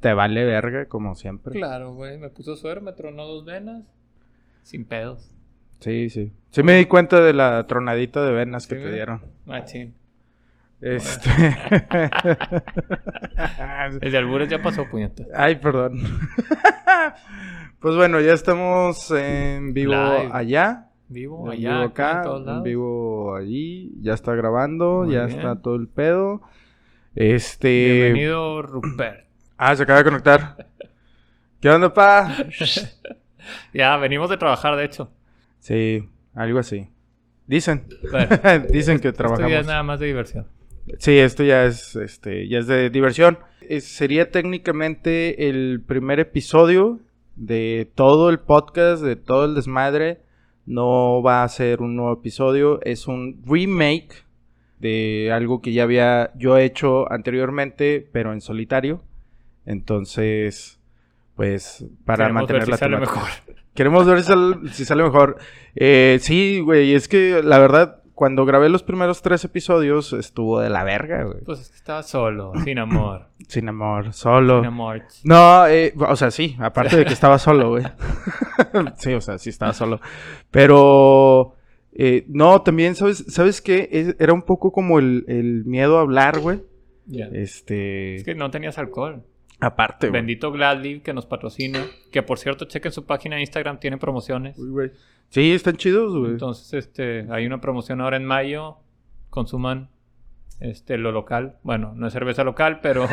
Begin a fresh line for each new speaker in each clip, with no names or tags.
te vale verga, como siempre.
Claro, güey. Me puso suero, me tronó dos venas. Sin pedos.
Sí, sí. Sí me di cuenta de la tronadita de venas que
Sí,
te
güey.
dieron.
Machín.
Este.
El de albures ya pasó, puñeta.
Ay, perdón. pues bueno, ya estamos en vivo
Live.
allá.
Vivo,
en
allá,
vivo
acá,
acá,
en todos
en
lados.
vivo allí. Ya está grabando,
Muy
ya
bien.
está todo el pedo. Este.
Bienvenido, Rupert.
Ah, se acaba de conectar. ¿Qué onda, pa?
ya, venimos de trabajar, de hecho.
Sí, algo así. Dicen.
Bueno,
Dicen que
esto ya es
trabajamos.
nada más de diversión.
Sí, esto ya es, este, ya es de diversión. Eh, sería técnicamente el primer episodio de todo el podcast, de todo el desmadre. No va a ser un nuevo episodio, es un remake de algo que ya había yo hecho anteriormente, pero en solitario. Entonces, pues, para
Queremos
mantener
ver si
la
sale
temática.
mejor.
Queremos ver si sal- si sale mejor. Eh, sí, güey, es que la verdad, cuando grabé los primeros tres episodios, estuvo de la verga, güey.
Pues es que estaba solo, sin amor.
Sin amor, solo.
sin amor.
No, eh, o sea, sí, aparte de que estaba solo, güey. sí, o sea, sí estaba solo. Pero, eh, no, también, ¿sabes, ¿sabes qué? Es- era un poco como el, el miedo a hablar, güey.
Ya.
Este,
Es que no tenías alcohol.
aparte, güey.
Bendito Gladly que nos patrocina. Que por cierto, chequen su página de Instagram, tiene promociones.
Uy, güey. Sí, están chidos, güey.
Entonces, este, hay una promoción ahora en mayo. Consuman este lo local. Bueno, no es cerveza local, pero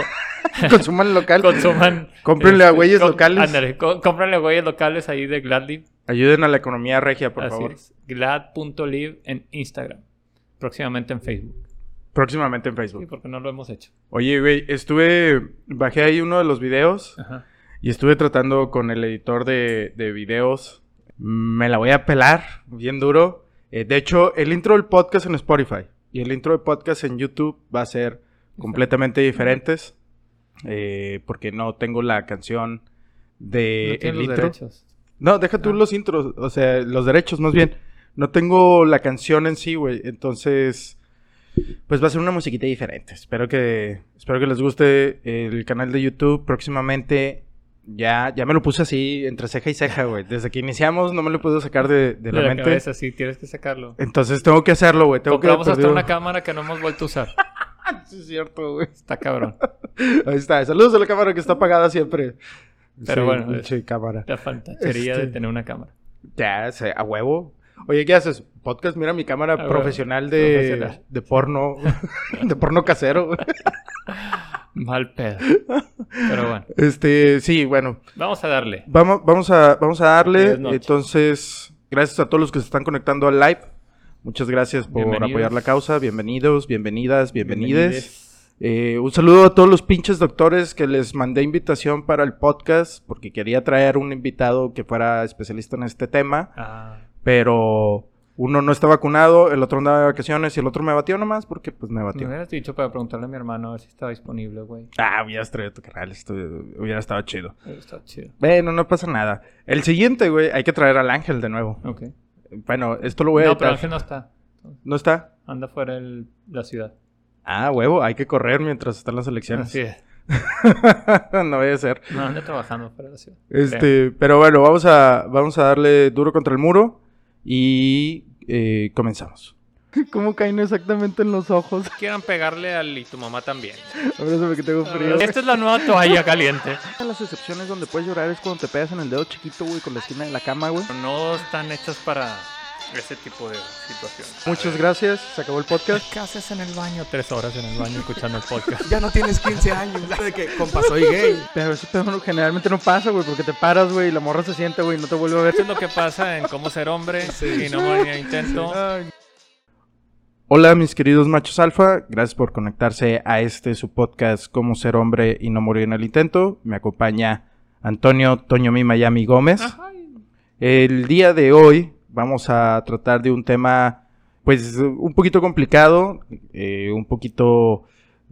Consuman local.
consuman.
Cómprenle a güeyes
com-
locales.
este, ándale, có- cómprenle a güeyes locales ahí de Gladly.
Ayuden a la economía regia, por
Así
favor.
es. Glad.live en Instagram. Próximamente en Facebook.
Próximamente en Facebook.
Sí, porque no lo hemos hecho.
Oye, güey, estuve. Bajé ahí uno de los videos
Ajá.
y estuve tratando con el editor de, de videos. Me la voy a pelar bien duro. Eh, de hecho, el intro del podcast en Spotify y el intro del podcast en YouTube va a ser completamente diferentes. eh, porque no tengo la canción de Eh,
no tiene
el
los
intro.
derechos.
No, deja tú
Ah.
los intros, o sea, los derechos más bien. No tengo la canción en sí, güey. Entonces, pues va a ser una musiquita diferente. Espero que, espero que les guste el canal de YouTube próximamente. Ya, ya me lo puse así entre ceja y ceja, güey. Desde que iniciamos no me lo puedo sacar de, de
De
la,
la
mente.
cabeza, sí, tienes que sacarlo.
Entonces tengo que hacerlo, güey. Tengo
Compramos
que
hasta
perdido-
una Ah, cámara que no hemos vuelto a usar.
Sí, es cierto, güey.
Está cabrón.
Ahí está. Saludos a la cámara que está apagada siempre.
Pero bueno, eh.
pinche cámara.
La fantasía
Este-
de tener una cámara.
Ya, sé, a huevo. Oye, ¿qué haces? Podcast, mira mi cámara
A huevo.
profesional de,
Profesional.
de porno, de porno casero.
Mal pedo. Pero bueno,
Este, sí, bueno,
vamos a darle.
vamos, vamos, a, vamos a
Ya
darle.
es noche.
Entonces, gracias a todos los que se están conectando al live. Muchas gracias por
Bienvenidos.
apoyar la causa. Bienvenidos, bienvenidas, bienvenides. Eh, un saludo a todos los pinches doctores que les mandé invitación para el podcast porque quería traer un invitado que fuera especialista en este tema.
Ah,
pero uno no está vacunado, el otro andaba de vacaciones y el otro me batió nomás porque pues me
me
batió.
hubieras dicho para preguntarle a mi hermano a ver si estaba disponible, güey.
Ah, hubieras traído tu canal, esto hubiera estado chido.
Pero Está chido.
Bueno, no pasa nada. El siguiente, güey, hay que traer al ángel de nuevo.
Ok.
Bueno, esto lo voy a
no, pero
editar.
Ángel no está.
¿No está?
Anda fuera de la ciudad.
Ah, huevo, hay que correr mientras están las elecciones.
Así es.
no voy a ser.
No, anda trabajando fuera de la ciudad.
Este, pero bueno, vamos a, vamos a darle duro contra el muro y eh, comenzamos. ¿Cómo caen exactamente en los ojos?
Quieran pegarle al y tu mamá también.
Abrázame que tengo frío.
Esta es la nueva toalla caliente.
de las excepciones donde puedes llorar es cuando te pegas en el dedo chiquito, güey, con la esquina de la cama, güey.
No están hechas para ese tipo de situaciones.
Muchas gracias, se acabó el podcast.
¿Qué haces en el baño? Tres horas en el baño escuchando el podcast.
Ya no tienes 15 años. De que, compa, soy gay.
Pero eso pedo no- generalmente no pasa, güey, porque te paras, güey, y la morra se siente, güey, y no te vuelve a ver.
Esto es lo que pasa en cómo ser hombre y no morir a intento.
Hola, mis queridos machos alfa, gracias por conectarse a este su podcast, Cómo ser hombre y no morir en el intento. Me acompaña Antonio Toño Mi Miami
Ah.
Gómez. El día de hoy vamos a tratar de un tema, pues, un poquito complicado, eh, un poquito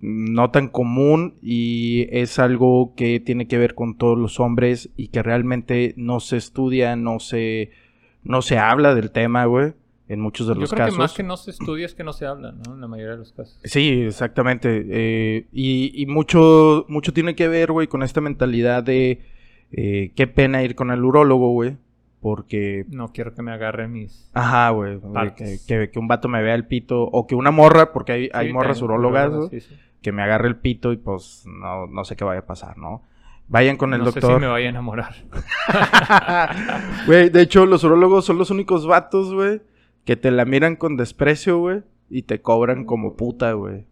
no tan común y es algo que tiene que ver con todos los hombres y que realmente no se estudia, no se, no se habla del tema, güey. en muchos de
Yo
los
creo
casos.
que más que no se estudia es que no se habla, ¿no? En la mayoría de los casos.
Sí, exactamente. eh, y y mucho, mucho tiene que ver, güey, con esta mentalidad de eh, qué pena ir con el urólogo, güey. Porque,
No quiero que me agarre mis...
ajá, güey, güey, que,
Partes.
que- que un vato me vea el pito o que una morra, porque hay, hay
Sí,
morras
también,
urólogas,
urólogas,
güey,
sí, sí.
que me agarre el pito y pues no, no sé qué vaya a pasar, ¿no? Vayan con el
no sé si me
doctor.
vaya a enamorar.
Güey, de hecho, los urólogos son los únicos vatos, güey, que te la miran con desprecio, güey, y te cobran como puta, güey.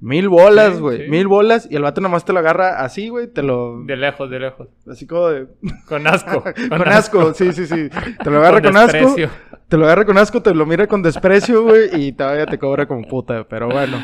Mil bolas,
Sí,
güey,
sí.
mil bolas, y el vato nomás te lo agarra así, güey, te lo...
De lejos, de lejos.
Así como de...
Con asco.
Con asco, sí, sí, sí. Te lo agarra con, asco,
desprecio.
te lo agarra con asco, te lo mira con desprecio, güey, y todavía te cobra como puta, pero bueno.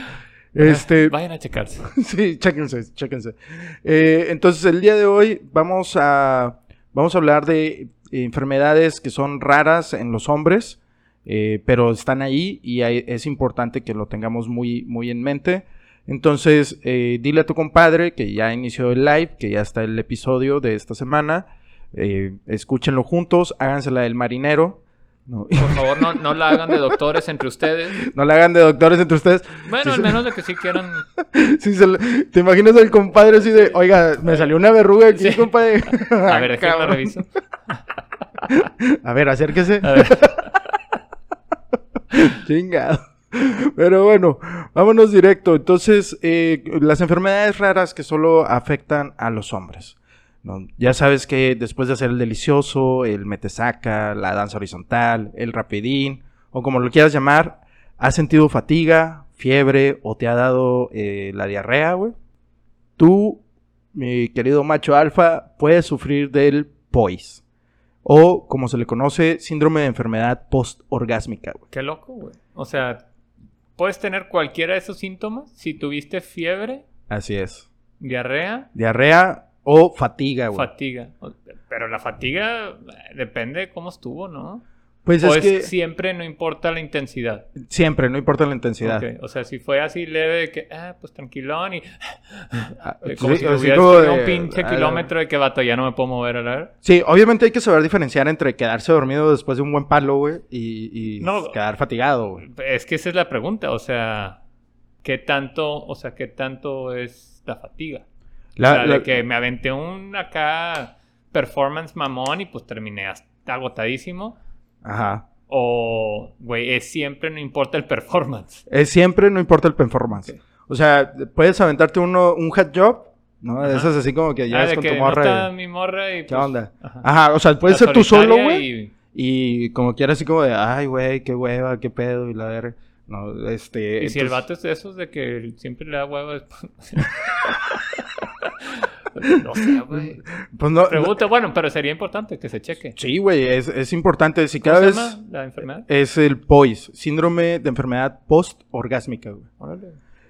Este,
Vayan a checarse.
Sí, chéquense, chéquense. Eh, entonces, el día de hoy vamos a, vamos a hablar de eh, enfermedades que son raras en los hombres, eh, pero están ahí y hay- es importante que lo tengamos muy, muy en mente. Entonces, eh, dile a tu compadre que ya inició el live, que ya está el episodio de esta semana. Eh, escúchenlo juntos, hágansela del marinero. No,
Por favor, no, no la hagan de doctores entre ustedes.
no la hagan de doctores entre ustedes.
Bueno, al menos de que sí quieran...
Sí, se le- ¿Te imaginas al compadre así de, oiga, me salió una verruga aquí,
Sí.
compadre?
A ver, déjenme
Ah, Cabrón.
reviso.
A ver, acérquese.
A ver.
Chingado. Pero bueno, vámonos directo. Entonces, eh, las enfermedades raras que solo afectan a los hombres. ¿no? Ya sabes que después de hacer el delicioso, el metesaca, la danza horizontal, el rapidín, o como lo quieras llamar, ¿has sentido fatiga, fiebre o te ha dado eh, la diarrea, güey? Tú, mi querido macho alfa, puedes sufrir del POIS. O, como se le conoce, síndrome de enfermedad postorgásmica, güey.
Qué loco, güey. O sea, puedes tener cualquiera de esos síntomas si tuviste fiebre,
Así es.
diarrea,
Diarrea o fatiga, güey.
fatiga. O- Pero la fatiga eh, depende de cómo estuvo, ¿no?
pues
o
es,
es
que
siempre no importa la intensidad.
siempre, no importa la intensidad.
Ok, O sea, si fue así leve de que, ah, pues tranquilón y
Ah,
eh, como
sí,
si
así
hubieras
como
corrido
de-
un pinche
ah,
kilómetro de que vato ya no me puedo mover a la ver.
Sí, obviamente hay que saber diferenciar entre quedarse dormido después de un buen palo, güey, y, y
No.
quedar fatigado, güey.
Es que esa es la pregunta, o sea, ¿qué tanto, o sea, qué tanto es la fatiga?
La-
o sea,
la-
de que me aventé un acá performance mamón y pues terminé hasta agotadísimo.
Ajá.
O, güey, es siempre, no importa el performance.
Es siempre, no importa el performance.
Ok.
O sea, puedes aventarte uno, un hat job, ¿no? De
Ajá.
esas así como que
Ah,
llegas
de
con
que
tu
no
morra. y-
está mi morra y
¿Qué
pues,
onda?
ajá.
Ajá, o sea, puedes
La
ser tú solo,
solitaria
güey.
y-
Y como quiera así como de, ay, güey, qué hueva, qué pedo, y la verga. No, este...
Y si el
entonces-
vato es de esos de que siempre le da hueva. no sé, güey.
Pues no, no-
Pregunta, bueno, pero sería importante que se cheque.
Sí, güey, es, es importante. Si
¿Cómo
cada
se
vez
llama la enfermedad?
es el POIS, síndrome de enfermedad postorgásmica, güey.
Órale.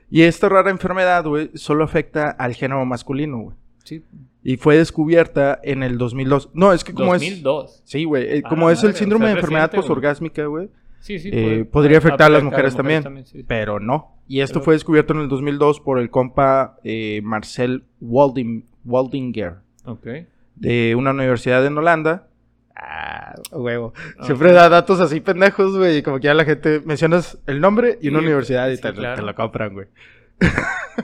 Y esta rara enfermedad, güey, solo afecta al género masculino, güey.
Sí,
Y fue descubierta en el 2002. No, es que como es...
2002.
Sí, güey, eh,
Ah,
como es el
madre, o
síndrome
sea,
de enfermedad
reciente, güey.
postorgásmica, güey,
Sí, sí.
eh,
puede-
podría
a-
afectar a las
aplica
mujeres también.
sí, sí.
pero no. Y esto
Pero-
fue descubierto en el 2002 por el compa eh, Marcel Walding, Waldinger.
Ok.
de una universidad en Holanda. Ah, huevo.
Ah,
Siempre da datos así pendejos, güey. y Como que ya la gente mencionas el nombre y una
Sí,
universidad y
sí,
te,
claro.
te lo compran, güey.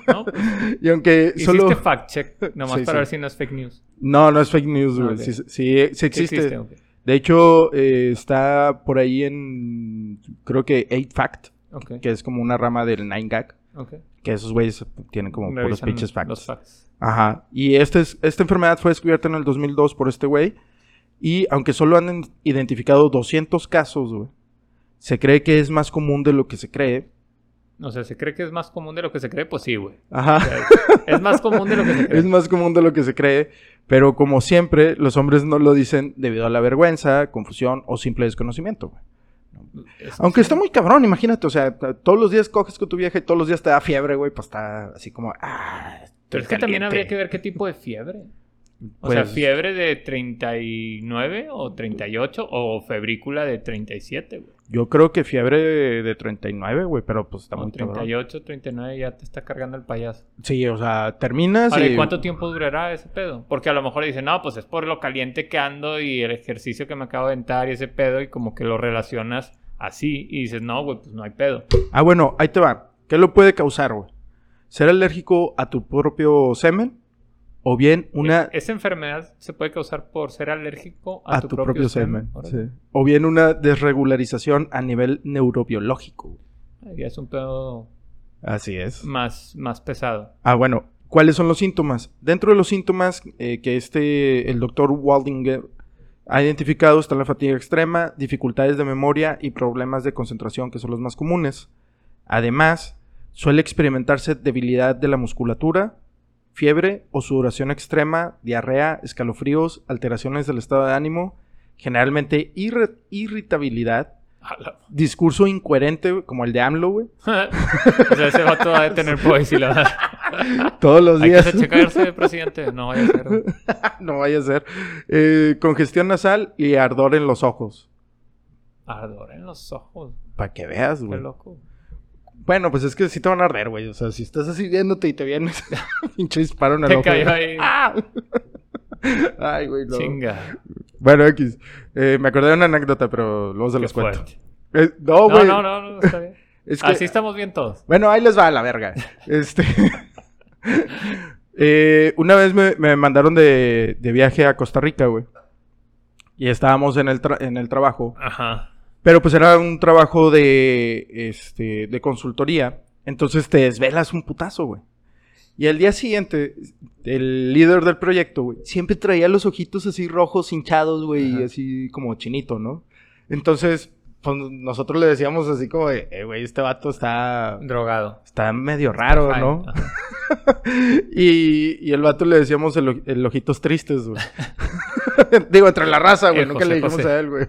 No, pues,
Y aunque
hiciste
solo.
fact check, nomás
Sí,
para
sí.
ver si no es fake news.
No, no es fake news,
Ah,
güey.
ok.
Sí, sí- sí existe.
Sí existe, ok.
De hecho, eh, está por ahí en. Creo que 8Fact,
Ok,
que es como una rama del 9gag.
ok.
Que esos güeyes tienen como puros
Revisan
pinches facts.
Los facts.
Ajá. Y este es- esta enfermedad fue descubierta en el 2002 por este güey. Y aunque solo han en- identificado 200 casos, güey, se cree que es más común de lo que se cree.
O sea, ¿se cree que es más común de lo que se cree? Pues sí, güey. O
Ajá.
sea, es más común de lo que se cree.
Es más común de lo que se cree. Pero como siempre, los hombres no lo dicen debido a la vergüenza, confusión o simple desconocimiento, güey.
Es-
Aunque está muy cabrón, imagínate. O sea, t- todos los días coges con tu vieja y todos los días te da fiebre, güey. Pues está así como... Ah,
Pero es que también habría que ver qué tipo de fiebre. O sea,
Pues-
fiebre de 39 o 38 o febrícula de 37, güey.
Yo creo que fiebre de 39, güey. Pero pues está
O
muy cabrón.
38, 39 ya te está cargando el payaso.
Sí, o sea, terminas
Ahora, ¿y
y-
cuánto tiempo durará ese pedo? Porque a lo mejor dicen, no, pues es por lo caliente que ando y el ejercicio que me acabo de entrar y ese pedo y como que lo relacionas así. Y dices, no, güey, pues no hay pedo.
Ah, bueno, ahí te va. ¿Qué lo puede causar, güey? ¿Ser alérgico a tu propio semen? O bien una...
E- Esa enfermedad se puede causar por ser alérgico
Eh, a, tu, propio, semen.
Órale.
sí. O bien una desregularización a nivel neurobiológico. güey.
Ahí Ya es un pedo
Así es.
más, más pesado.
Ah, bueno. ¿Cuáles son los síntomas? Dentro de los síntomas eh, que este, el doctor Waldinger ha identificado está la fatiga extrema, dificultades de memoria y problemas de concentración, que son los más comunes. Además, suele experimentarse debilidad de la musculatura, fiebre o sudoración extrema, diarrea, escalofríos, alteraciones del estado de ánimo, generalmente irre- irritabilidad,
A la-
discurso incoherente güey, como el de AMLO, güey.
o sea, ese vato va a tener poesía. la verdad.
Todos los
Hay que
días.
checarse, presidente. No vaya a ser.
No vaya a ser. Eh, congestión nasal y ardor en los ojos.
Ardor en los ojos.
Para que veas,
Qué
güey.
loco.
Bueno, pues es que sí te van a arder, güey. O sea, si estás así viéndote y te vienes, pinche disparo en el
Te
ojo,
cayó
güey.
ahí.
¡Ah! Ay, güey, no.
Chinga.
Bueno, X. Eh, me acordé de una anécdota, pero luego se
Qué
los cuento.
fuerte.
Eh, no,
No,
güey.
no, Ah, no, no, está bien.
Es que-
Así estamos bien todos.
Bueno, ahí les va la verga. Este. Eh, una vez me, me mandaron de, de viaje a Costa Rica, güey. Y estábamos en el, tra- en el trabajo.
Ajá.
Pero pues era un trabajo de, este, de consultoría. Entonces te desvelas un putazo, güey. Y al día siguiente, el líder del proyecto, güey, siempre traía los ojitos así rojos, hinchados, güey, y
Ajá.
así como chinito, ¿no? Entonces, pues, nosotros le decíamos así como, de, eh, güey, este vato está,
Drogado.
está medio raro,
Ay,
¿no?
ajá.
Y, y el vato le decíamos el, oj- el ojitos tristes, güey. Digo, entre la raza, güey.
El
Nunca
José
le dijimos
José.
a él, güey.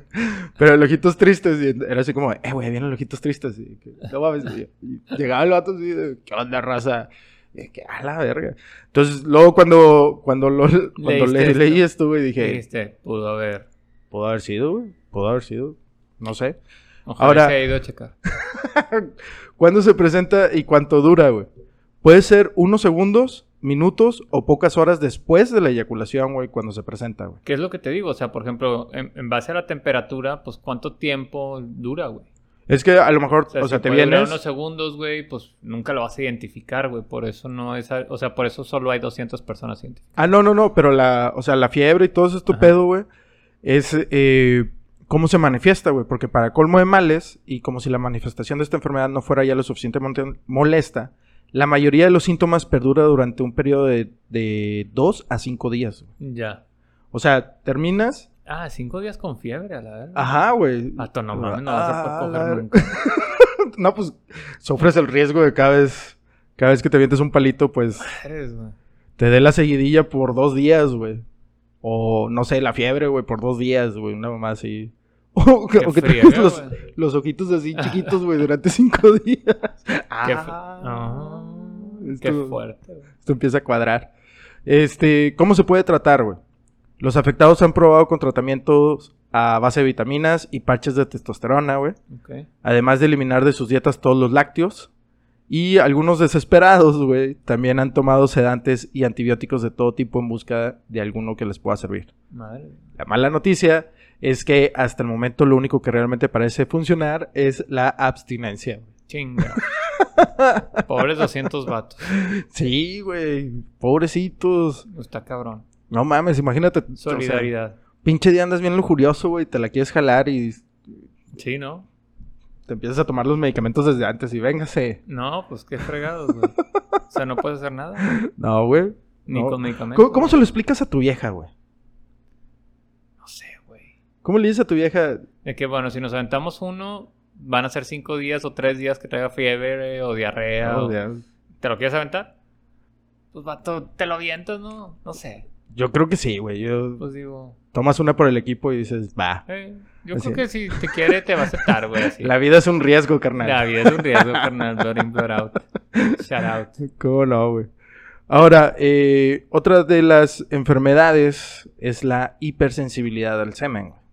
Pero el ojitos tristes. Y era así como, eh, güey, vienen los ojitos tristes. Y, que, no mames. Y- y llegaba el vato así, de, ¿qué onda, raza? Y que, a la verga. Entonces, luego cuando, cuando, lo- cuando
Leíste
le-
esto.
leí esto, güey, dije,
Dijiste, pudo haber.
pudo haber sido, güey. Pudo haber sido. No sé.
Ojalá
Ahora-
se haya ido a checar.
¿Cuándo se presenta y cuánto dura, güey? Puede ser unos segundos, minutos o pocas horas después de la eyaculación, güey, cuando se presenta, güey.
¿Qué es lo que te digo? O sea, por ejemplo, en, en base a la temperatura, pues cuánto tiempo dura, güey.
Es que a lo mejor, o sea,
si
te
puede durar
vienes.
unos segundos, güey, pues nunca lo vas a identificar, güey. Por eso no es, a- o sea, por eso solo hay 200 personas científicas.
Ah, no, no, no, pero la, o sea, la fiebre y todo eso es tu
Ajá.
pedo, güey. Es eh, cómo se manifiesta, güey. Porque para colmo de males, y como si la manifestación de esta enfermedad no fuera ya lo suficientemente molesta, la mayoría de los síntomas perdura durante un periodo de, de dos a cinco días. güey.
Ya.
O sea, terminas.
Ah, cinco días con fiebre, a la verdad.
Ajá, Ah, güey.
Vato, no mames, no vas a poder
Ah,
coger nunca.
No, pues sufres el riesgo de cada vez, cada vez que te vientes un palito, pues
Eres, güey.
te dé la seguidilla por dos días, güey. O no sé, la fiebre, güey, por dos días, güey, una mamá así. O, que-
Qué
o que
friega,
tengas los,
güey.
los ojitos así chiquitos, güey, durante cinco días.
Qué,
Ah,
fu- Ah, qué
esto-
fuerte, güey.
Esto empieza a cuadrar. Este, ¿cómo se puede tratar, güey? Los afectados han probado con tratamientos a base de vitaminas y parches de testosterona, güey.
Ok.
Además de eliminar de sus dietas todos los lácteos. Y algunos desesperados, güey, también han tomado sedantes y antibióticos de todo tipo en busca de alguno que les pueda servir.
Madre.
La mala noticia es que hasta el momento lo único que realmente parece funcionar es la abstinencia.
Chinga. Pobres 200 vatos.
Sí, güey, pobrecitos.
Está cabrón.
No mames, imagínate. o sea,
Solidaridad.
pinche día andas bien lujurioso, güey, te la quieres jalar y
Sí, ¿no?
te empiezas a tomar los medicamentos desde antes y véngase.
No, pues qué fregados, güey. O sea, no puedes hacer nada.
No, güey.
Ni
No.
con medicamentos.
¿Cómo, cómo se lo explicas a tu vieja, güey?
No sé, güey.
¿Cómo le dices a tu vieja,
Es que, bueno, si nos aventamos uno, van a ser cinco días o tres días que traiga fiebre o diarrea.
No,
o-
ya.
¿Te lo quieres aventar? Pues, vato, te lo avientas, ¿no? No sé.
Yo creo que sí, güey. Yo-
Pues digo,
Tomas una por el equipo y dices, va.
eh, yo
Así
creo que si te quiere te va a aceptar, güey. así.
Pues La vida es un riesgo, carnal.
La vida es un riesgo, carnal. Blur in, blur out. Shout out.
¿Cómo no, güey? Ahora, eh, otra de las enfermedades es la hipersensibilidad al semen. güey.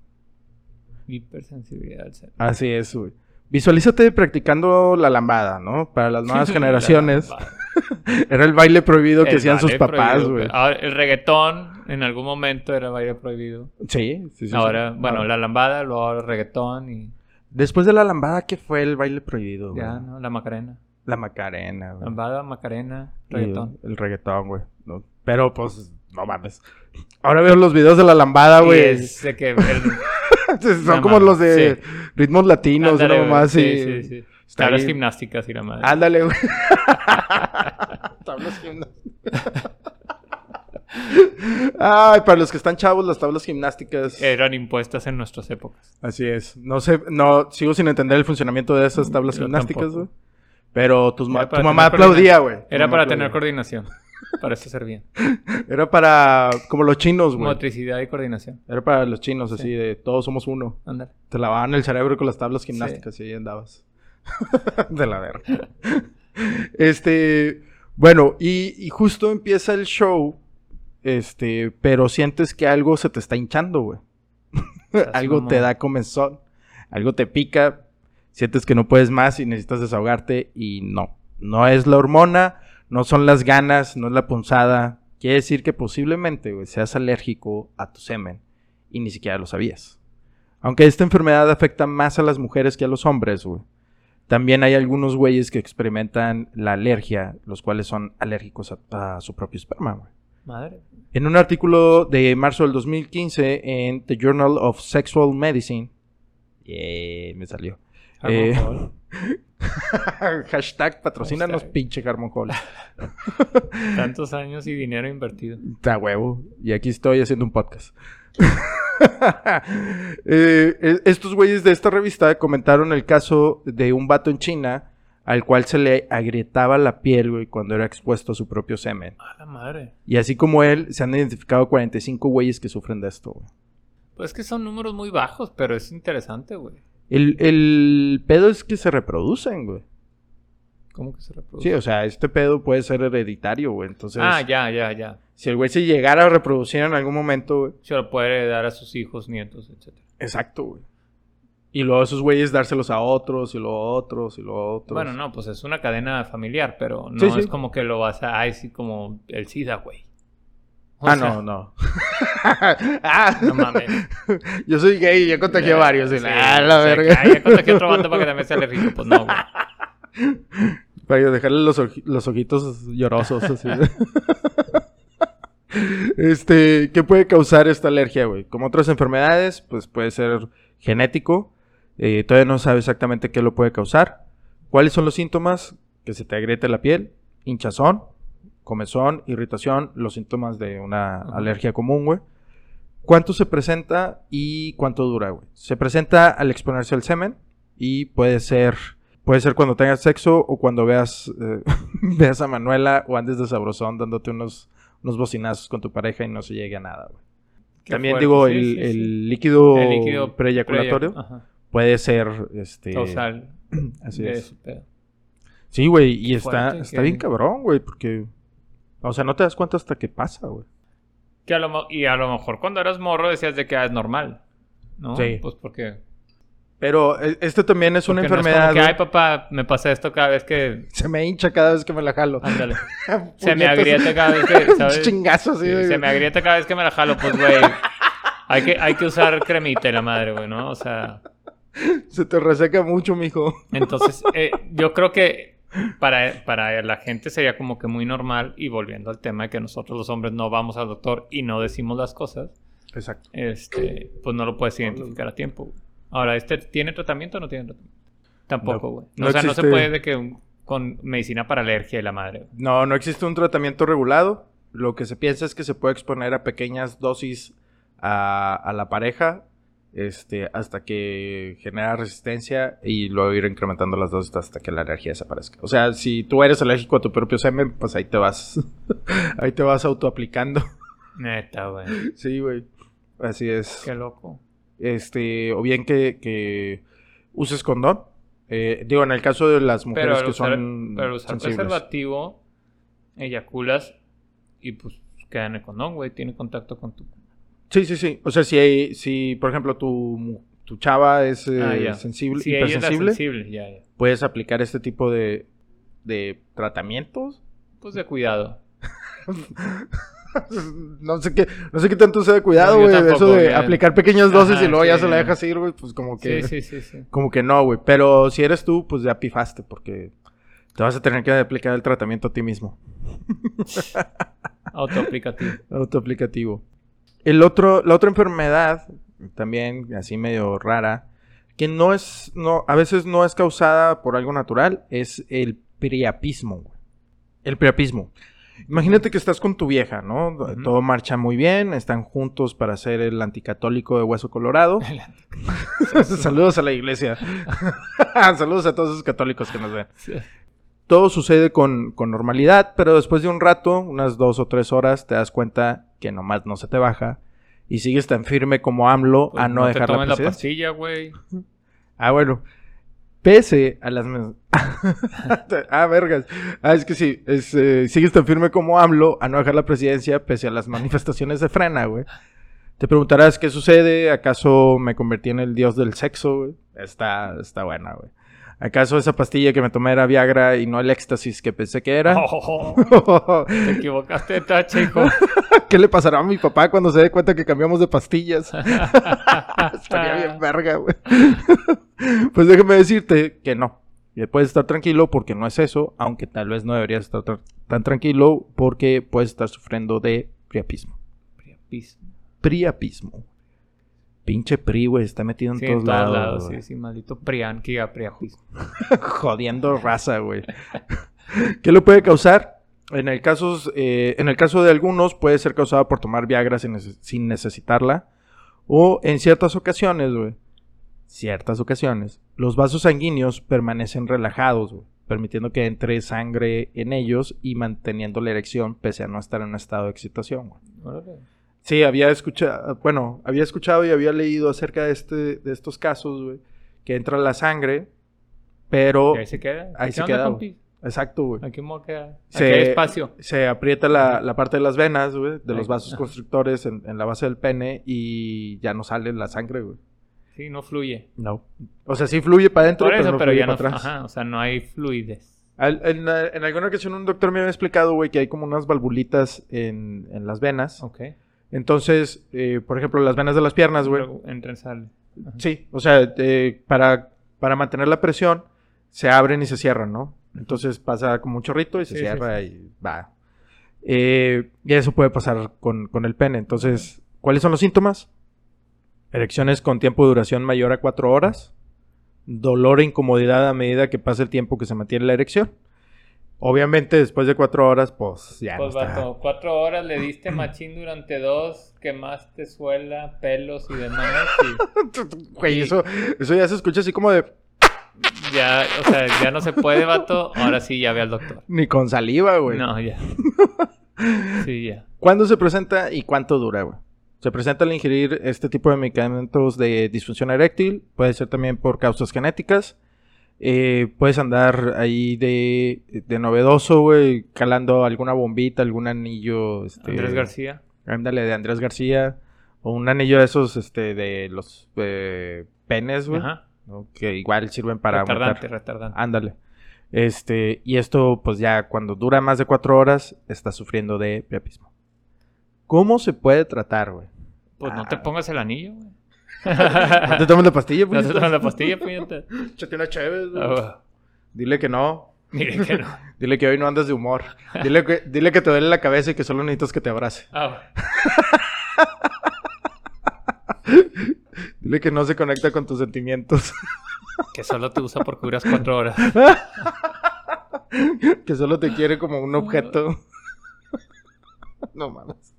Hipersensibilidad al ser.
Así es, güey. Visualízate practicando la lambada, ¿no? Para las nuevas generaciones.
La- la-
Era el baile prohibido que
el
hacían sus
baile
papás,
prohibido, Ah.
güey.
Ahora, el reggaetón en algún momento era baile prohibido.
Sí, sí, sí, sí.
ahora, bueno,
Ah.
la lambada, luego el reggaetón y...
Después de la lambada, ¿qué fue el baile prohibido? güey?
Ya, ¿no? La Macarena.
La Macarena, güey.
Lambada, Macarena,
Y
reggaetón.
El reggaetón, güey. No, Pero pues, no mames. Ahora veo los videos de la lambada,
Y
Ah, güey.
es de que el-
Son
no
como
mames,
los de
sí.
ritmos latinos,
ándale,
¿no?
güey,
Más
sí,
y-
sí, sí.
Está
Tablas
bien.
gimnásticas y la madre.
Ándale, güey. tablas gimnásticas. Ay, para los que están chavos, las tablas gimnásticas.
Eran impuestas en nuestras épocas.
Así es. No sé, no, sigo sin entender el funcionamiento de esas tablas
Mm, Yo
gimnásticas,
tampoco.
güey. Pero tus ma-
Era
tu
para
mamá
tener coordina-
aplaudía, güey. Tu
Era
mamá
para
aplaudía.
tener coordinación. Para eso servían.
Era para, como los chinos, güey.
Motricidad y coordinación.
Era para los chinos, así
Sí.
de todos somos uno.
Ándale.
Te lavaban el cerebro con las tablas gimnásticas y ahí andabas. de la verga. este, bueno, y, y justo empieza el show, este, pero sientes que algo se te está hinchando, güey.
Estás
algo te
mamón.
da comezón, algo te pica, sientes que no puedes más y necesitas desahogarte y no. No es la hormona, no son las ganas, no es la punzada. Quiere decir que posiblemente güey, seas alérgico a tu semen y ni siquiera lo sabías. Aunque esta enfermedad afecta más a las mujeres que a los hombres, güey. También hay algunos güeyes que experimentan la alergia, los cuales son alérgicos a, a su propio esperma, güey.
Madre.
En un artículo de marzo del 2015 en The Journal of Sexual Medicine, yeah, me salió. Eh,
Harmon Hall.
Hashtag patrocínanos
Hashtag.
pinche Harmon Hall.
Tantos años y dinero invertido.
Está huevo. Y aquí estoy haciendo un podcast. Eh, e- estos güeyes de esta revista comentaron el caso de un vato en China al cual se le agrietaba la piel, güey, cuando era expuesto a su propio semen.
A la madre.
Y así como él, se han identificado 45 güeyes que sufren de esto, güey.
Pues es que son números muy bajos, pero es interesante, güey.
El, el pedo es que se reproducen, güey.
¿Cómo que se reproduce?
Sí, o sea, este pedo puede ser hereditario, güey. Entonces,
ah, ya, ya, ya.
si el güey se llegara a reproducir en algún momento, güey.
Se lo puede dar a sus hijos, nietos, etc.
Exacto, güey. Y luego esos güeyes dárselos a otros, y luego a otros, y luego a otros.
Bueno, no, pues es una cadena familiar, pero no
Sí, sí.
es como que lo vas a... Ay, sí, como el SIDA, güey. O
Ah,
sea,
no, no. ah,
No mames.
Yo soy gay y yo contagié
Eh,
varios. y
sí,
la- ah, la
o sea, que,
verga.
ay, ya contagié otro vato para que también sea alérgico. Pues no, güey.
Para dejarle los, oji- los ojitos llorosos así. este, ¿qué puede causar esta alergia, güey? Como otras enfermedades, pues puede ser genético. eh, todavía no sabe exactamente qué lo puede causar. ¿Cuáles son los síntomas? Que se te agrete la piel, hinchazón, comezón, irritación, los síntomas de una
Ujú.
alergia común, güey. ¿Cuánto se presenta y cuánto dura, güey? Se presenta al exponerse al semen y puede ser Puede ser cuando tengas sexo o cuando veas, eh, veas a Manuela o andes de sabrosón dándote unos, unos bocinazos con tu pareja y no se llegue a nada, güey.
Qué
También
fuerte,
digo,
sí,
el,
sí,
el
sí.
líquido,
El líquido
preyaculatorio
Preya- ajá,
puede ser este,
Causal.
Así
de
es.
ese pedo.
Sí, güey, y
Qué
está,
fuerte,
está
qué-
bien cabrón, güey, porque... O sea, no te das cuenta hasta que pasa, güey.
Que a lo mo- y a lo mejor cuando eras morro decías de que ah, es normal. ¿No?
Sí.
Pues porque.
Pero eh, este también es una
porque no es como
enfermedad...
que,
güey.
ay, papá, me pasa esto cada vez que.
Se me hincha cada vez que me la jalo.
Ándale. Se me
Puñetas.
agrieta cada vez que. ¿sabes?
Chingazo así,
Sí,
güey.
se me agrieta cada vez que me la jalo, pues, güey. Hay que, hay que usar cremita y la madre, güey, ¿no? O sea.
se te reseca mucho, mijo.
Entonces, eh, yo creo que para, para la gente sería como que muy normal. Y volviendo al tema de que nosotros los hombres no vamos al doctor y no decimos las cosas,
Exacto.
este, pues no lo puedes identificar a tiempo. güey. Ahora, ¿este tiene tratamiento o no tiene tratamiento? Tampoco,
No,
güey.
no
o sea, no
existe.
se puede de que un- con medicina para alergia y la madre. güey.
No, no existe un tratamiento regulado. Lo que se piensa es que se puede exponer a pequeñas dosis a, a la pareja este, hasta que genera resistencia y luego ir incrementando las dosis hasta que la alergia desaparezca. O sea, si tú eres alérgico a tu propio semen, pues ahí te vas. ahí te vas autoaplicando.
Neta, güey.
sí, güey. Así es.
Qué loco.
Este, o bien que, que uses condón. Eh, digo, en el caso de las mujeres
Pero al
que
usar,
son
pero al usar
sensibles.
preservativo, eyaculas y pues queda en el condón, güey. Tiene contacto con tu
Eh, Sí, sí, sí. O sea, si, hay- si por ejemplo, tu, mu- tu chava es eh,
Ah, ya.
sensible,
Sí, ella es la
hipersensible,
sensible, ya, ya.
puedes aplicar este tipo de, de tratamientos.
Pues de cuidado.
no sé qué, no sé qué tanto sea de cuidado,
No, yo
güey.
tampoco,
Eso de
güey.
aplicar pequeñas dosis
Ajá,
y luego ya
sí.
se la dejas ir, güey, pues como que.
Sí, sí, sí, sí.
Como que no, güey. Pero si eres tú, pues ya pifaste, porque te vas a tener que aplicar el tratamiento a ti mismo.
Autoaplicativo.
Autoaplicativo. El otro, la otra enfermedad, también así medio rara, que no es, no, a veces no es causada por algo natural, es el priapismo. güey. El priapismo. Imagínate que estás con tu vieja, ¿no?
Ujú.
Todo marcha muy bien, están juntos para ser el anticatólico de Hueso Colorado. Saludos a la iglesia. Saludos a todos esos católicos que nos ven.
Sí.
Todo sucede con, con normalidad, pero después de un rato, unas dos o tres horas, te das cuenta que nomás no se te baja y sigues tan firme como AMLO
Pues
a Ah, no,
te
dejar la
tomes la
presidencia.
pastilla, güey.
ah, bueno. Pese a las... mes- ah, vergas. Ah, es que sí. es, eh, sigues tan firme como AMLO a no dejar la presidencia pese a las manifestaciones de frena, güey. Te preguntarás qué sucede. ¿Acaso me convertí en el dios del sexo, güey? Está, está buena, güey. ¿Acaso esa pastilla que me tomé era Viagra y no el éxtasis que pensé que era?
Oh, te equivocaste de tache, hijo.
¿Qué le pasará a mi papá cuando se dé cuenta que cambiamos de pastillas? Estaría
Ah.
bien verga, güey. pues déjame decirte que no. Que Puedes estar tranquilo porque no es eso, aunque tal vez no deberías estar tra- tan tranquilo porque puedes estar sufriendo de priapismo.
Priapismo.
Priapismo. Pinche pri, güey, está metido en
Sí,
todos,
en todos
lados.
lados,
güey.
sí, sí, maldito Prian que diga priapismo.
jodiendo raza, güey. ¿Qué lo puede causar? En el, caso, eh, en el caso de algunos puede ser causada por tomar Viagra sin, neces- sin necesitarla. O en ciertas ocasiones, güey. Ciertas ocasiones. Los vasos sanguíneos permanecen relajados, güey. Permitiendo que entre sangre en ellos y manteniendo la erección pese a no estar en un estado de excitación, güey.
Órale.
Sí, había escuchado, bueno, había escuchado y había leído acerca de, este, de estos casos, güey. Que entra la sangre, pero...
Y ahí se queda.
Oh, Ahí
¿Qué
se
onda,
queda,
compi?
Exacto, güey.
Aquí me voy a quedar. Aquí
Se-
hay espacio.
Se aprieta la, la parte de las venas, güey, de los
Ahí.
vasos constrictores en, en la base del pene y ya no sale la sangre, güey.
Sí, no fluye.
No. O sea, sí fluye para adentro,
Por
pero
eso,
no
pero
fluye
ya no.
para atrás.
Ajá, o sea, no hay fluidez.
Al- en, en alguna ocasión un doctor me había explicado, güey, que hay como unas valvulitas en, en las venas.
Ok.
Entonces, eh, por ejemplo, las venas de las piernas, Ah, güey.
Luego entra y sale. Ajá.
Sí, o sea, eh, para, para mantener la presión, se abren y se cierran, ¿no? Entonces pasa como un chorrito y se
Sí, sí,
cierra y va. Eh, y eso puede pasar con, con el pene. Entonces, ¿cuáles son los síntomas? Erecciones con tiempo de duración mayor a cuatro horas. Dolor e incomodidad a medida que pasa el tiempo que se mantiene la erección. Obviamente, después de cuatro horas, pues ya
Pues
no está.
vato, cuatro horas le diste machín durante dos, quemaste suela, pelos y demás.
Güey, eso, eso ya se escucha así como de...
Y ya, o sea, ya no se puede, vato. Ahora sí, ya ve al doctor.
Ni con saliva, güey.
No, ya. Sí, ya.
¿Cuándo se presenta y cuánto dura, güey? Se presenta al ingerir este tipo de medicamentos de disfunción eréctil. Puede ser también por causas genéticas. Eh, puedes andar ahí de, de novedoso, güey, calando alguna bombita, algún anillo. Este,
Andrés García.
Ándale, de Andrés García. O un anillo de esos, este, de los eh, penes, güey.
Ajá.
¿no? Que igual sirven para Ah,
retardante,
aumentar.
retardante.
Ándale. Este, y esto, pues ya cuando dura más de cuatro horas, está sufriendo de priapismo. ¿Cómo se puede tratar, güey?
Pues
ah,
no te pongas el anillo, güey.
No te tomes la pastilla,
No
güey.
te tomes la pastilla, puñeta.
Échate una chévere, güey.
Ah, bueno.
Dile que no.
Mire que no.
Dile que hoy no andas de humor. Dile que, dile que te duele la cabeza y que solo necesitas que te abrace.
Ah, bueno.
Dile que no se conecta con tus sentimientos.
que solo te usa porque duras cuatro horas.
que solo te quiere como un objeto. no mames.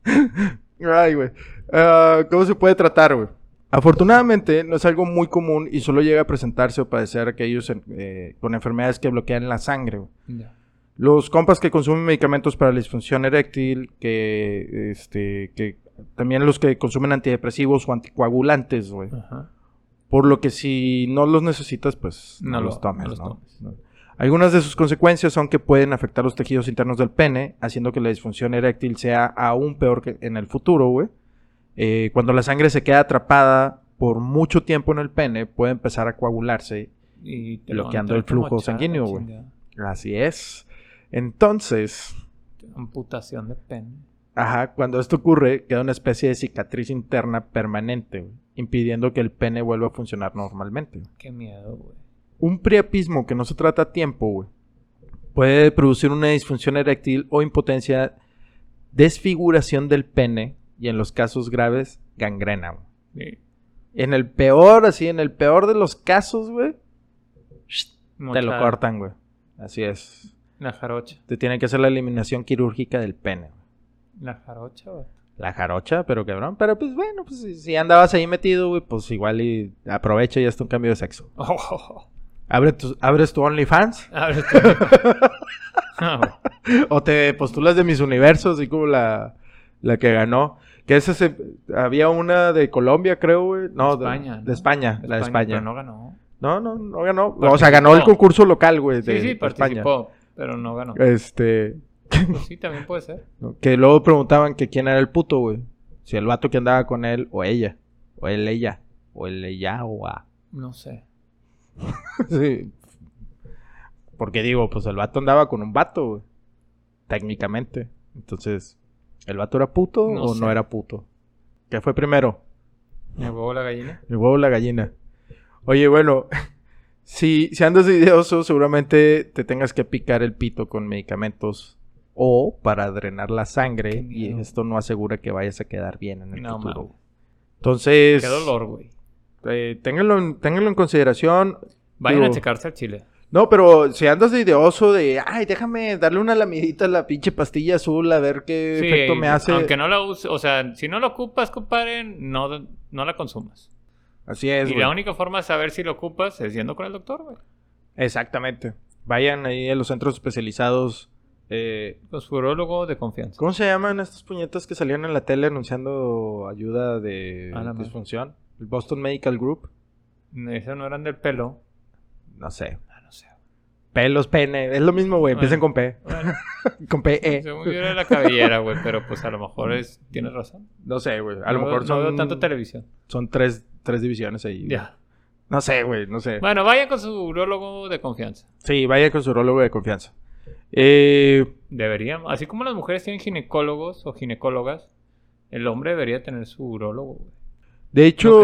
Ay, güey. Ah, ¿Cómo se puede tratar, güey? Afortunadamente no es algo muy común y solo llega a presentarse o padecer aquellos en- eh, con enfermedades que bloquean la sangre. güey.
Ya.
Los compas que consumen medicamentos para la disfunción eréctil, que, este, que también los que consumen antidepresivos o anticoagulantes, güey.
Ajá.
Por lo que si no los necesitas, pues no,
No lo-
los tomes,
no los
¿no?
tomes.
No. Algunas de sus consecuencias son que pueden afectar los tejidos internos del pene, haciendo que la disfunción eréctil sea aún peor que en el futuro, güey. Eh, cuando la sangre se queda atrapada por mucho tiempo en el pene, puede empezar a coagularse.
Y te lo
Bloqueando
van a
el
tener que
flujo
mochar, la
sanguíneo, güey.
chingada.
Así es. Entonces,
Amputación de pene.
Ajá, cuando esto ocurre, queda una especie de cicatriz interna permanente, güey, impidiendo que el pene vuelva a funcionar normalmente. güey.
Qué miedo, güey.
Un priapismo que no se trata a tiempo, güey, puede producir una disfunción eréctil o impotencia, desfiguración del pene y en los casos graves, gangrena. güey.
Sí.
En el peor, así, en el peor de los casos, güey, te lo
Mucha-
cortan, güey. Así es.
La jarocha.
Te tienen que hacer la eliminación quirúrgica del pene. güey.
La jarocha, güey.
La jarocha, pero cabrón. Pero pues bueno, pues si- si andabas ahí metido, güey, pues igual y aprovecha y hazte un cambio de sexo.
Oh, oh, oh.
Abre tu- abres tu OnlyFans
A ver, este- Ah, güey.
o te postulas de mis universos, así como la, la que ganó. Que esa se, había una de Colombia, creo, güey. No, de
España,
de,
¿no?
España, la de España.
Pero no ganó.
No, no, no ganó. O sea, ganó el
Participó.
concurso local, güey, de
sí, sí,
España.
participó, pero no ganó.
Este,
Pues sí, también puede ser.
¿no? Que luego preguntaban que quién era el puto, güey. Si el vato que andaba con él, o ella, o él, ella, o él, ella, o a.
No sé.
Sí. Porque digo, pues el vato andaba con un vato, güey. Técnicamente. Entonces, ¿el vato era puto
No
o
sé.
no era puto? ¿Qué fue primero?
¿Me huevo la gallina?
El huevo o la gallina. Oye, bueno, si, si andas de ideoso, seguramente te tengas que picar el pito con medicamentos o para drenar la
Qué
sangre y
miedo.
esto no asegura que vayas a quedar bien en el
No,
futuro.
mames.
Entonces,
Qué dolor, güey.
eh, ténganlo, en- ténganlo en consideración.
Vayan
Digo-
a checarse al chile.
No, pero si andas de ideoso de, ay, déjame darle una lamidita a la pinche pastilla azul a ver qué
Sí,
efecto me hace.
Aunque no la uses, o sea, si no la ocupas, compadre, no, no la consumas.
Así es,
y
güey.
la única forma de saber si la ocupas es yendo con el doctor, güey.
Exactamente. Vayan ahí a los centros especializados. eh,
Con su urologo de confianza.
¿Cómo se llaman estas puñetas que salían en la tele anunciando ayuda de
A Ah, la madre.
disfunción? ¿El Boston Medical Group?
Esas no eran del pelo.
No sé.
Ah, no sé. Ah.
Pelos, pene. Es lo mismo, güey. Empiecen con P.
Bueno,
Con E. P-E.
según yo era la cabellera, güey, pero pues a lo mejor es, tienes razón.
No sé, güey. A lo
No veo-
mejor
No
son,
veo tanto televisión.
son tres, tres divisiones ahí. güey.
Ya.
No sé, güey. No sé.
Bueno, vayan con su urologo de confianza.
Sí, vaya con su urólogo de confianza. Eh,
Deberían, así como las mujeres tienen ginecólogos o ginecólogas, el hombre debería tener su urólogo. güey.
de
¿No
hecho...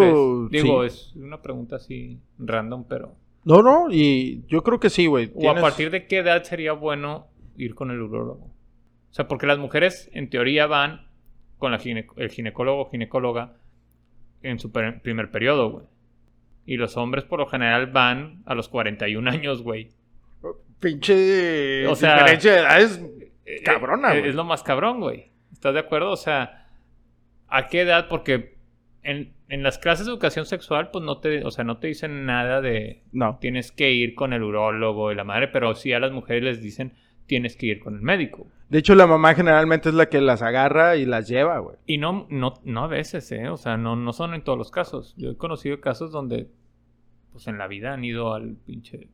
crees? Digo,
sí.
es una pregunta así random, pero...
No, no. Y yo creo que sí, güey.
¿O a
Tienes-
partir de qué edad sería bueno ir con el urólogo? O sea, porque las mujeres en teoría van con la gine- el ginecólogo o ginecóloga en su per- primer periodo, güey. Y los hombres por lo general van a los 41 años, güey.
Pinche...
O sea-
diferencia de edades Cabrona,
Eh,
güey.
Es lo más cabrón, güey. ¿Estás de acuerdo? O sea, ¿a qué edad? Porque en, en las clases de educación sexual, pues no te, o sea, no te dicen nada de
No.
tienes que ir con el urólogo y la madre, pero sí a las mujeres les dicen tienes que ir con el médico.
De hecho, la mamá generalmente es la que las agarra y las lleva, güey.
Y no, no, no a veces, ¿eh? O sea, no, no son en todos los casos. Yo he conocido casos donde, pues en la vida han ido al pinche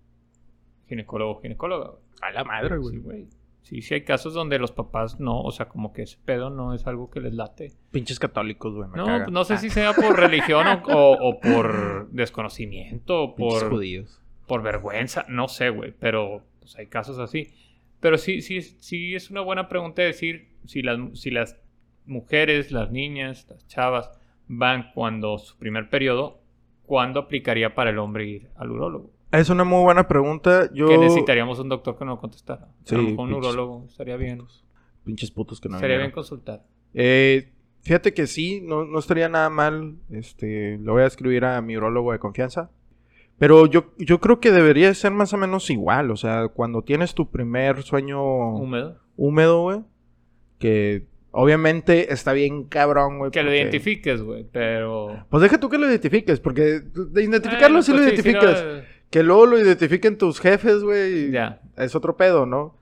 ginecólogo o ginecóloga. güey.
A la madre,
Sí, güey. Sí, sí hay casos donde los papás no, o sea, como que ese pedo no es algo que les late.
Pinches católicos, güey. me
No,
cagan.
no sé
Ah,
si sea por religión o, o- o por desconocimiento, o
pinches
por,
judíos.
por vergüenza, no sé, güey, pero pues, hay casos así. Pero sí, sí, sí es una buena pregunta decir si las, si las mujeres, las niñas, las chavas van cuando su primer periodo, ¿cuándo aplicaría para el hombre ir al urólogo?
Es una muy buena pregunta. Yo.
Que necesitaríamos un doctor que nos contestara.
Sí,
a lo mejor un
pinches
urólogo estaría bien.
Pinches putos que no
Sería bien
vinieron.
consultar.
Eh, fíjate que sí, no, no estaría nada mal. Este, lo voy a escribir a mi urologo de confianza. Pero yo, yo creo que debería ser más o menos igual. O sea, cuando tienes tu primer sueño
Húmedo.
húmedo, güey. Que obviamente está bien cabrón, güey.
Que lo
porque-
identifiques, güey, pero...
Pues deja tú que lo identifiques, porque de identificarlo
Eh,
sí lo
pues
identificas.
lo-
Que luego lo identifiquen tus jefes, güey. y
Ya.
Es otro pedo, ¿no?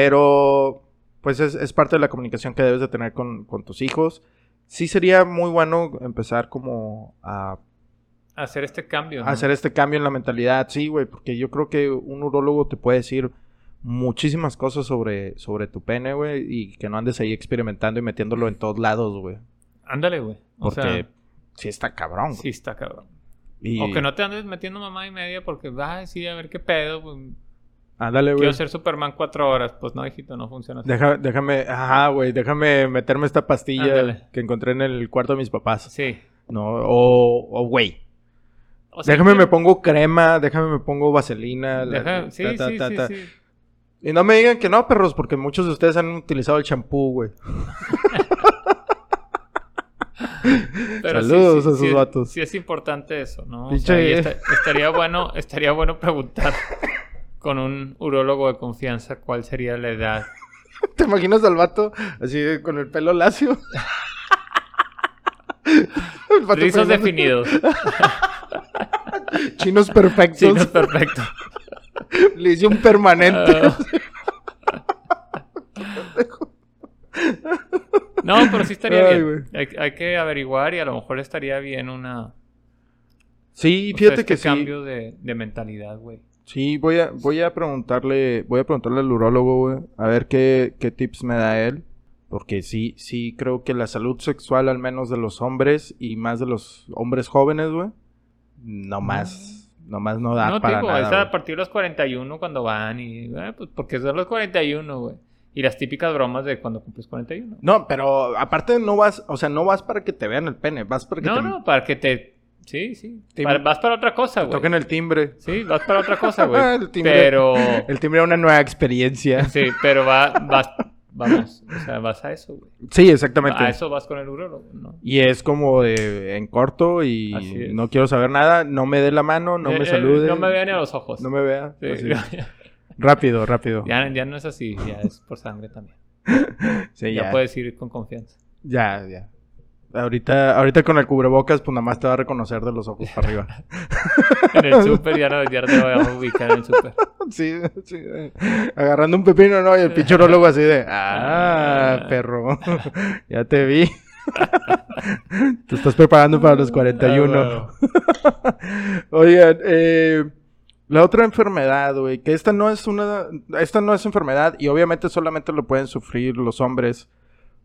Pero, pues es, es parte de la comunicación que debes de tener con, con tus hijos. Sí sería muy bueno empezar como a
hacer este cambio. ¿no?
hacer este cambio en la mentalidad. Sí, güey, porque yo creo que un urólogo te puede decir muchísimas cosas sobre, sobre tu pene, güey. Y que no andes ahí experimentando y metiéndolo en todos lados, güey.
Ándale, güey. O
Porque
sea,
sí está cabrón,
sí
güey.
está cabrón.
Y-
O que no te andes metiendo mamá y media porque, ay, sí, a ver qué pedo. güey.
Ándale, güey.
Quiero ser Superman cuatro horas. Pues no, hijito, no funciona así.
Deja- déjame, ajá, güey, déjame meterme esta pastilla
Ándale.
que encontré en el cuarto de mis papás.
Sí.
No, o, o, güey.
O sea,
déjame
que-
me pongo crema, déjame me pongo vaselina. la-
Deja- Sí,
ta, ta,
sí,
ta,
sí,
ta.
sí.
Y no me digan que no, perros, porque muchos de ustedes han utilizado el champú, güey.
Pero
Saludos
sí, sí,
a esos
sí es-
vatos.
Sí es importante eso, ¿no? O
Pinche
sea, y
idea.
esta- estaría, bueno, estaría bueno preguntar con un urólogo de confianza cuál sería la edad.
¿Te imaginas al vato así con el pelo lacio? El vato
Rizos
peinando-
definidos.
Chinos perfectos.
Sí, no es perfecto.
Le hice un permanente.
Ah. No, pero sí estaría
Ay,
bien. Hay, hay que averiguar y a lo mejor estaría bien una...
Sí,
o sea,
fíjate
este
que sí.
cambio de, de mentalidad, güey.
Sí, voy a, voy a preguntarle, voy a preguntarle al urólogo, güey, a ver qué, qué tips me da él. Porque sí, sí creo que la salud sexual, al menos de los hombres y más de los hombres jóvenes, güey, no más, no más no da
no,
para
digo,
nada.
es
güey.
a partir de los 41 cuando van y... eh, pues porque son los 41, güey. Y las típicas bromas de cuando cumples 41.
No, pero aparte no vas, o sea, no vas para que te vean el pene, vas para que
No,
te
no, para que te... Sí, sí.
Te-
Para- vas para otra cosa, güey.
toquen el timbre.
Sí, vas para otra cosa, güey.
El timbre.
Pero...
El timbre es una nueva experiencia.
Sí, pero va, vas... Vamos, o sea, vas a eso, güey.
Sí, exactamente.
A Ah, eso vas con el urólogo, ¿no?
Y es como de en corto
Así
y
es.
no quiero saber nada, no me dé la mano, no
Eh,
me
eh,
salude.
No me vean a los ojos.
No me vea.
Sí,
Así. Rápido, rápido.
ya, ya no es así, ya es por sangre también.
Sí,
ya.
ya.
puedes ir con confianza.
Ya, ya. Ahorita, ahorita con el cubrebocas, pues nada más te va a reconocer de los ojos para arriba.
En el súper ya, no, ya no te vamos a ubicar en el súper.
Sí, sí. eh. Agarrando un pepino, ¿no? Y el pichorólogo así de, ah, perro, ya te vi. Te estás preparando para los 41.
Ah,
Oigan, eh, la otra enfermedad, güey, que esta no es una, esta no es enfermedad y obviamente solamente lo pueden sufrir los hombres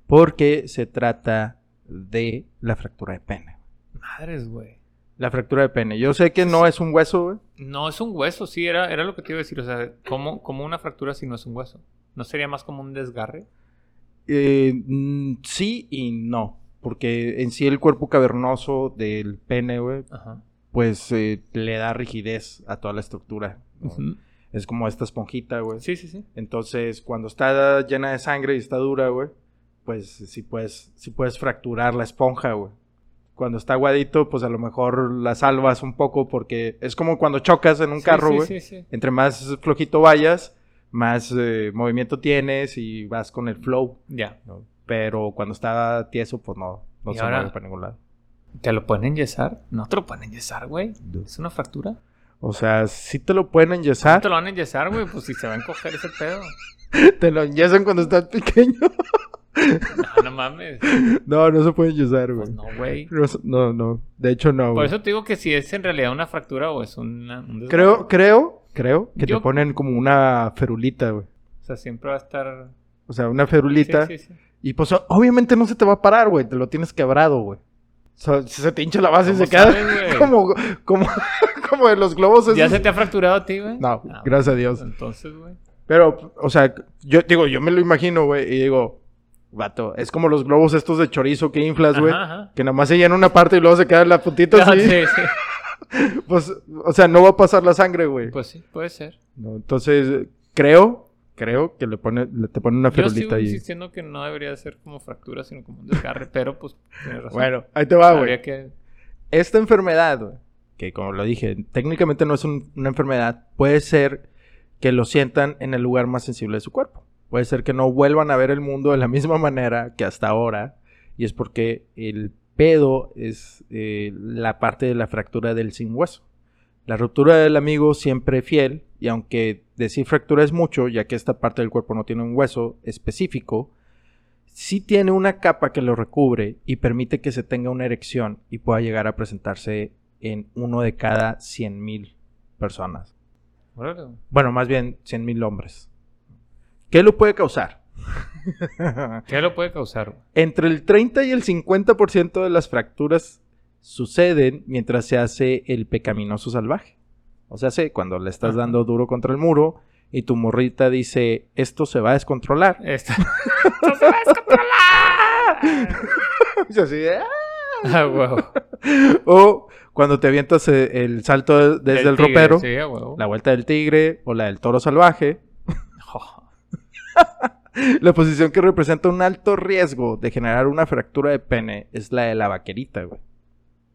porque se trata de la fractura de pene.
Madres, güey.
La fractura de pene. Yo sé que no es un hueso, güey.
No, es un hueso, sí, era, era lo que te iba a decir. O sea, como, como una fractura si no es un hueso. ¿No sería más como un desgarre?
Eh, mm, sí y no, porque en sí el cuerpo cavernoso del pene, güey,
Ajá.
pues eh, le da rigidez a toda la estructura. ¿no? Es como esta esponjita, güey.
Sí, sí, sí.
Entonces, cuando está llena de sangre y está dura, güey, pues sí puedes, sí puedes fracturar la esponja, güey. Cuando está aguadito, pues a lo mejor la salvas un poco porque es como cuando chocas en un
Sí,
carro,
sí,
güey.
Sí, sí.
Entre más flojito vayas, más eh, movimiento tienes y vas con el flow.
Ya.
¿no? Pero cuando está tieso, pues no, no
Y
se
ahora-
mueve para ningún lado.
¿Te lo pueden enyesar? No te lo pueden enyesar, güey. ¿Es una fractura?
O sea, sí te lo pueden
¿No
enyesar.
te lo van a enyesar, güey? Pues si se va a encoger ese pedo.
Te lo enyesan cuando estás pequeño.
No, no mames.
No, no se puede enyesar, güey.
Pues no, güey.
No, se- no, no. De hecho, no,
Por
güey.
eso te digo que si es en realidad una fractura o es una, un desgarre.
Creo, creo, creo que
Yo-
te ponen como una ferulita, güey.
O sea, siempre va a estar.
O sea, una
Sí,
ferulita.
sí, sí.
Y pues o- obviamente no se te va a parar, güey. Te lo tienes quebrado, güey. O sea, se te hincha la base y
¿Cómo
Ah, se queda
sabes, güey?
como, como, como de los globos.
¿Ya
esos.
se te ha fracturado a ti, güey?
No,
Ah,
gracias a Dios.
Entonces, güey.
Pero, o sea, yo digo, yo me lo imagino, güey. Y digo, vato, es como los globos estos de chorizo que inflas, güey.
Ajá, ajá.
Que nada más se llena una parte y luego se queda la puntita
Ah,
así.
sí, sí.
Pues, o sea, no va a pasar la sangre, güey.
Pues sí, puede ser.
No, entonces, creo, creo que le pone, le- te pone una
Yo
ferulita
sigo
ahí.
insistiendo que no debería ser como fractura, sino como un desgarre, pero pues tienes razón.
Bueno, ahí te va,
Habría
güey.
que.
Esta enfermedad, güey, que como lo dije, técnicamente no es un- una enfermedad, puede ser que lo sientan en el lugar más sensible de su cuerpo. Puede ser que no vuelvan a ver el mundo de la misma manera que hasta ahora. Y es porque el pedo es eh, la parte de la fractura del sin hueso. La ruptura del amigo siempre fiel, y aunque decir fractura es mucho, ya que esta parte del cuerpo no tiene un hueso específico, sí tiene una capa que lo recubre y permite que se tenga una erección y pueda llegar a presentarse en uno de cada 100.000 personas.
Órale, güey.
Bueno, más bien 100.000 hombres. ¿Qué lo puede causar?
¿Qué lo puede causar, güey?
Entre el 30 y el 50% de las fracturas suceden mientras se hace el pecaminoso salvaje. O sea, se- cuando le estás
Ajá.
dando duro contra el muro y tu morrita dice, esto se va a descontrolar.
Esto, ¡Esto se va a descontrolar!
Y así de, "Ah".
Ah, huevo.
O cuando te avientas eh, el salto desde el,
tigre,
ropero,
Sí, a huevo.
la vuelta del tigre o la del toro salvaje,
Jo.
la posición que representa un alto riesgo de generar una fractura de pene es la de la vaquerita, güey.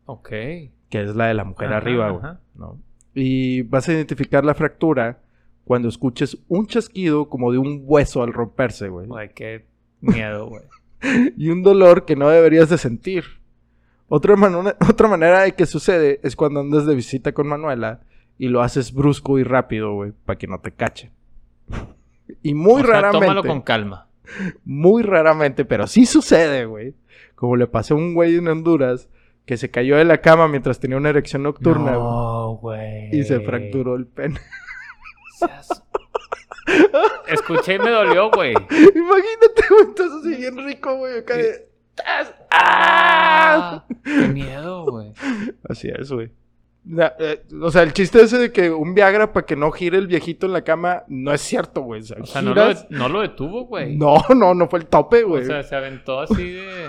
ok.
que es la de la mujer
Ajá,
arriba, güey.
ajá.
¿no? Y vas a identificar la fractura cuando escuches un chasquido como de un hueso al romperse, güey.
Ay, qué miedo, güey.
Y un dolor que no deberías de sentir. Otra, manu- otra manera de que sucede es cuando andas de visita con Manuela y lo haces brusco y rápido, güey, para que no te cache. Y muy
O sea,
raramente,
Tómalo con calma.
muy raramente, pero sí sucede, güey. Como le pasó a un güey en Honduras que se cayó de la cama mientras tenía una erección nocturna, güey.
No, güey.
Y se fracturó el pene.
Seas- Escuché y me dolió, güey.
Imagínate, güey, estás así bien rico, güey, acá de... ¡Tas! ¡Ah!
Ah, qué miedo, güey.
Así es, güey. Na- eh, o sea, el chiste ese de que un Viagra para que no gire el viejito en la cama no es cierto, güey. O sea,
O sea, no lo,
giras-
no lo detuvo, güey.
no, no, no fue el tope,
O
güey.
sea, se aventó así de.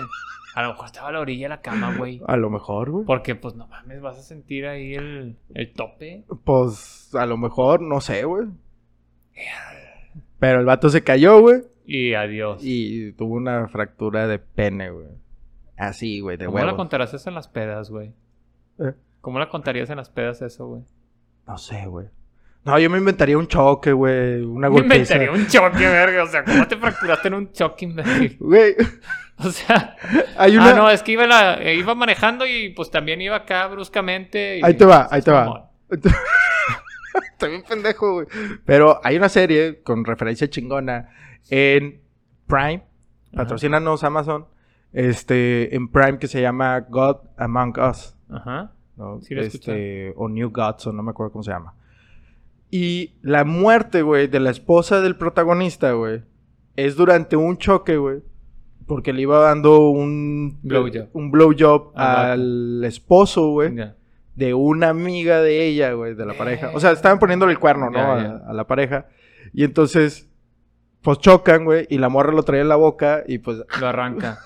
A lo mejor estaba a la orilla de la cama, güey.
A lo mejor, güey.
Porque, pues, no mames, vas a sentir ahí el, el tope.
Pues, a lo mejor, no sé, güey. Pero el vato se cayó, güey.
Y adiós.
Y tuvo una fractura de pene, güey. Así, güey, de
¿Cómo la
huevo.
contarás eso en las pedas, güey?
¿Eh?
¿Cómo la contarías en las pedas eso, güey?
No sé, güey. No, yo me inventaría un choque, güey. Una
Me
golpiza.
inventaría un choque, verga. O sea, ¿cómo te fracturaste en un choque, imbécil?
Güey,
O sea,
hay una...
ah, no, es que iba, la- eh, iba manejando y pues también iba acá bruscamente. y- pues,
Ahí te va, ahí te va.
Mamón.
También pendejo, güey. Pero hay una serie con referencia chingona en Prime. Patrocínanos Amazon. Este, en Prime que se llama God Among Us.
Ajá.
¿no?
Sí, la he
este, o New Gods, o no me acuerdo cómo se llama. Y la muerte, güey, de la esposa del protagonista, güey, es durante un choque, güey. Porque le iba dando un
Blowjob.
un blowjob
Al vato.
al esposo, güey,
Ya.
de una amiga de ella, güey, de la pareja. O sea, estaban poniéndole el cuerno, ¿no?
Ya,
A-
ya.
A, la pareja. Y entonces, pues chocan, güey, y la morra lo traía en la boca y pues...
Lo arranca.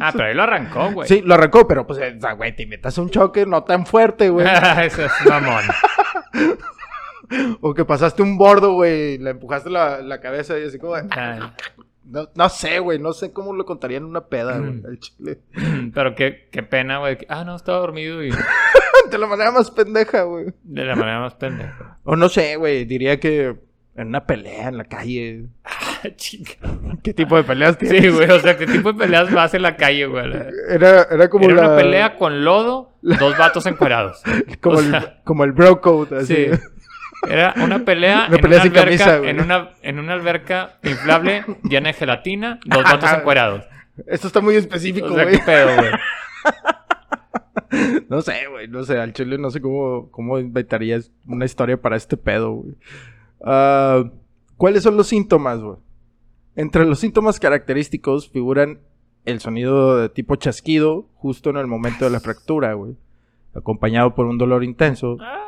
Ah, pero ahí lo arrancó, güey.
Sí, lo arrancó, pero pues, eh, o sea, güey, te inventas un choque no tan fuerte, güey.
Eso es mamón.
O que pasaste un bordo, güey, y le empujaste la, la cabeza y así como... de,
Ah,
No, no sé, güey, no sé cómo lo contaría en una peda, güey, al chile.
Pero qué, qué pena, güey. que, Ah, no, estaba dormido y
De la manera más pendeja, güey.
de la manera más pendeja.
O no sé, güey, diría que en una pelea en la calle.
Ah, Chica.
¿Qué tipo de peleas tienes?
Sí, güey. O sea, ¿qué tipo de peleas vas en la calle, güey?
Era, era como
Era
la-
una pelea con lodo, dos vatos encuerados.
como,
o
el,
sea-
como el bro code, así.
Sí. Era una pelea,
Una
en,
pelea
una
sin
alberca,
camisa, güey.
en, una, en una alberca inflable llena de gelatina, dos vatos
Ajá.
encuerados.
Esto está muy específico,
O sea,
güey.
qué pedo, güey.
No sé, güey, no sé. Al chile no sé cómo, cómo inventarías una historia para este pedo, güey. Ah, ¿Cuáles son los síntomas, güey? Entre los síntomas característicos figuran el sonido de tipo chasquido justo en el momento de la fractura, güey. Acompañado por un dolor intenso,
Ay.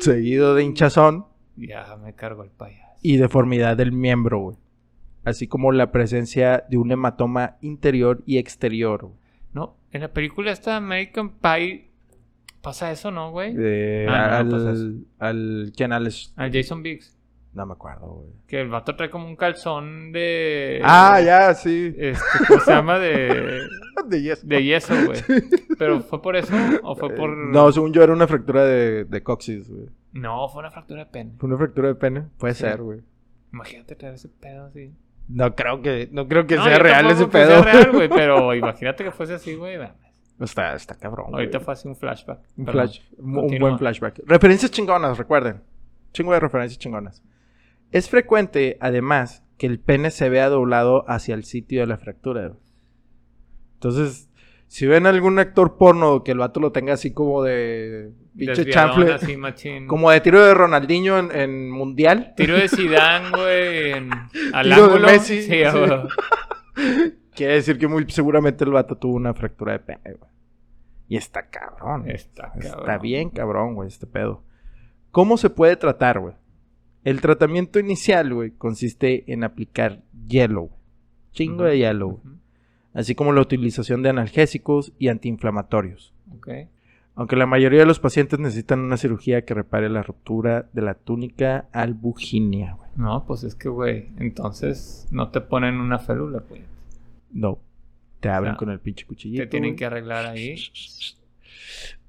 seguido de hinchazón
Ya me cargo el payaso.
y deformidad del miembro, güey. Así como la presencia de un hematoma interior y exterior, güey.
No, en la película esta American Pie pasa eso, ¿no, güey?
Eh,
Ah,
al,
no, pues
al... ¿Quién? Al... es-
Al Jason Biggs.
No me acuerdo, güey.
Que el vato trae como un calzón de.
Ah, ya, sí.
Este, ¿Cómo se llama? De,
De yeso.
de yeso, güey. ¿Pero fue por eso o fue por.?
Eh, No, según yo era una fractura de, de coxis, güey.
No, fue una fractura de pene.
¿Fue ¿Una fractura de pene? Puede
Sí.
ser, güey.
Imagínate traer ese pedo así.
No creo que, no creo que
No,
sea
yo
real
tampoco
ese
que
pedo.
Sea real, güey, pero imagínate que fuese así, güey. va.
Está, está cabrón. güey.
Ahorita fue así un flashback.
un,
Perdón.
flash, un- un
Continúa.
buen flashback. Referencias chingonas, recuerden. Chingo de referencias chingonas. Es frecuente, además, que el pene se vea doblado hacia el sitio de la fractura. güey. Entonces, si ven algún actor porno que el vato lo tenga así como de pinche
Desviadón,
chanfle,
así, machín.
como de tiro de Ronaldinho en, en mundial,
Tiro de Zidane, güey. en- Al
Tiro de
ángulo.
Messi,
Sí, a
sí.
huevo.
quiere decir que muy seguramente el vato tuvo una fractura de pene, güey. Y está cabrón.
Está,
Está
cabrón.
bien cabrón, güey, este pedo. ¿Cómo se puede tratar, güey? El tratamiento inicial, güey, consiste en aplicar hielo, güey. Chingo de
Ujú.
hielo, güey.
Ujú.
Así como la utilización de analgésicos y antiinflamatorios.
Ok.
Aunque la mayoría de los pacientes necesitan una cirugía que repare la ruptura de la túnica albuginea, güey.
No, pues es que, güey, entonces no te ponen una férula, güey.
No. Te abren
sea,
con el pinche cuchillito.
Ah. Te tienen
güey.
que arreglar ahí.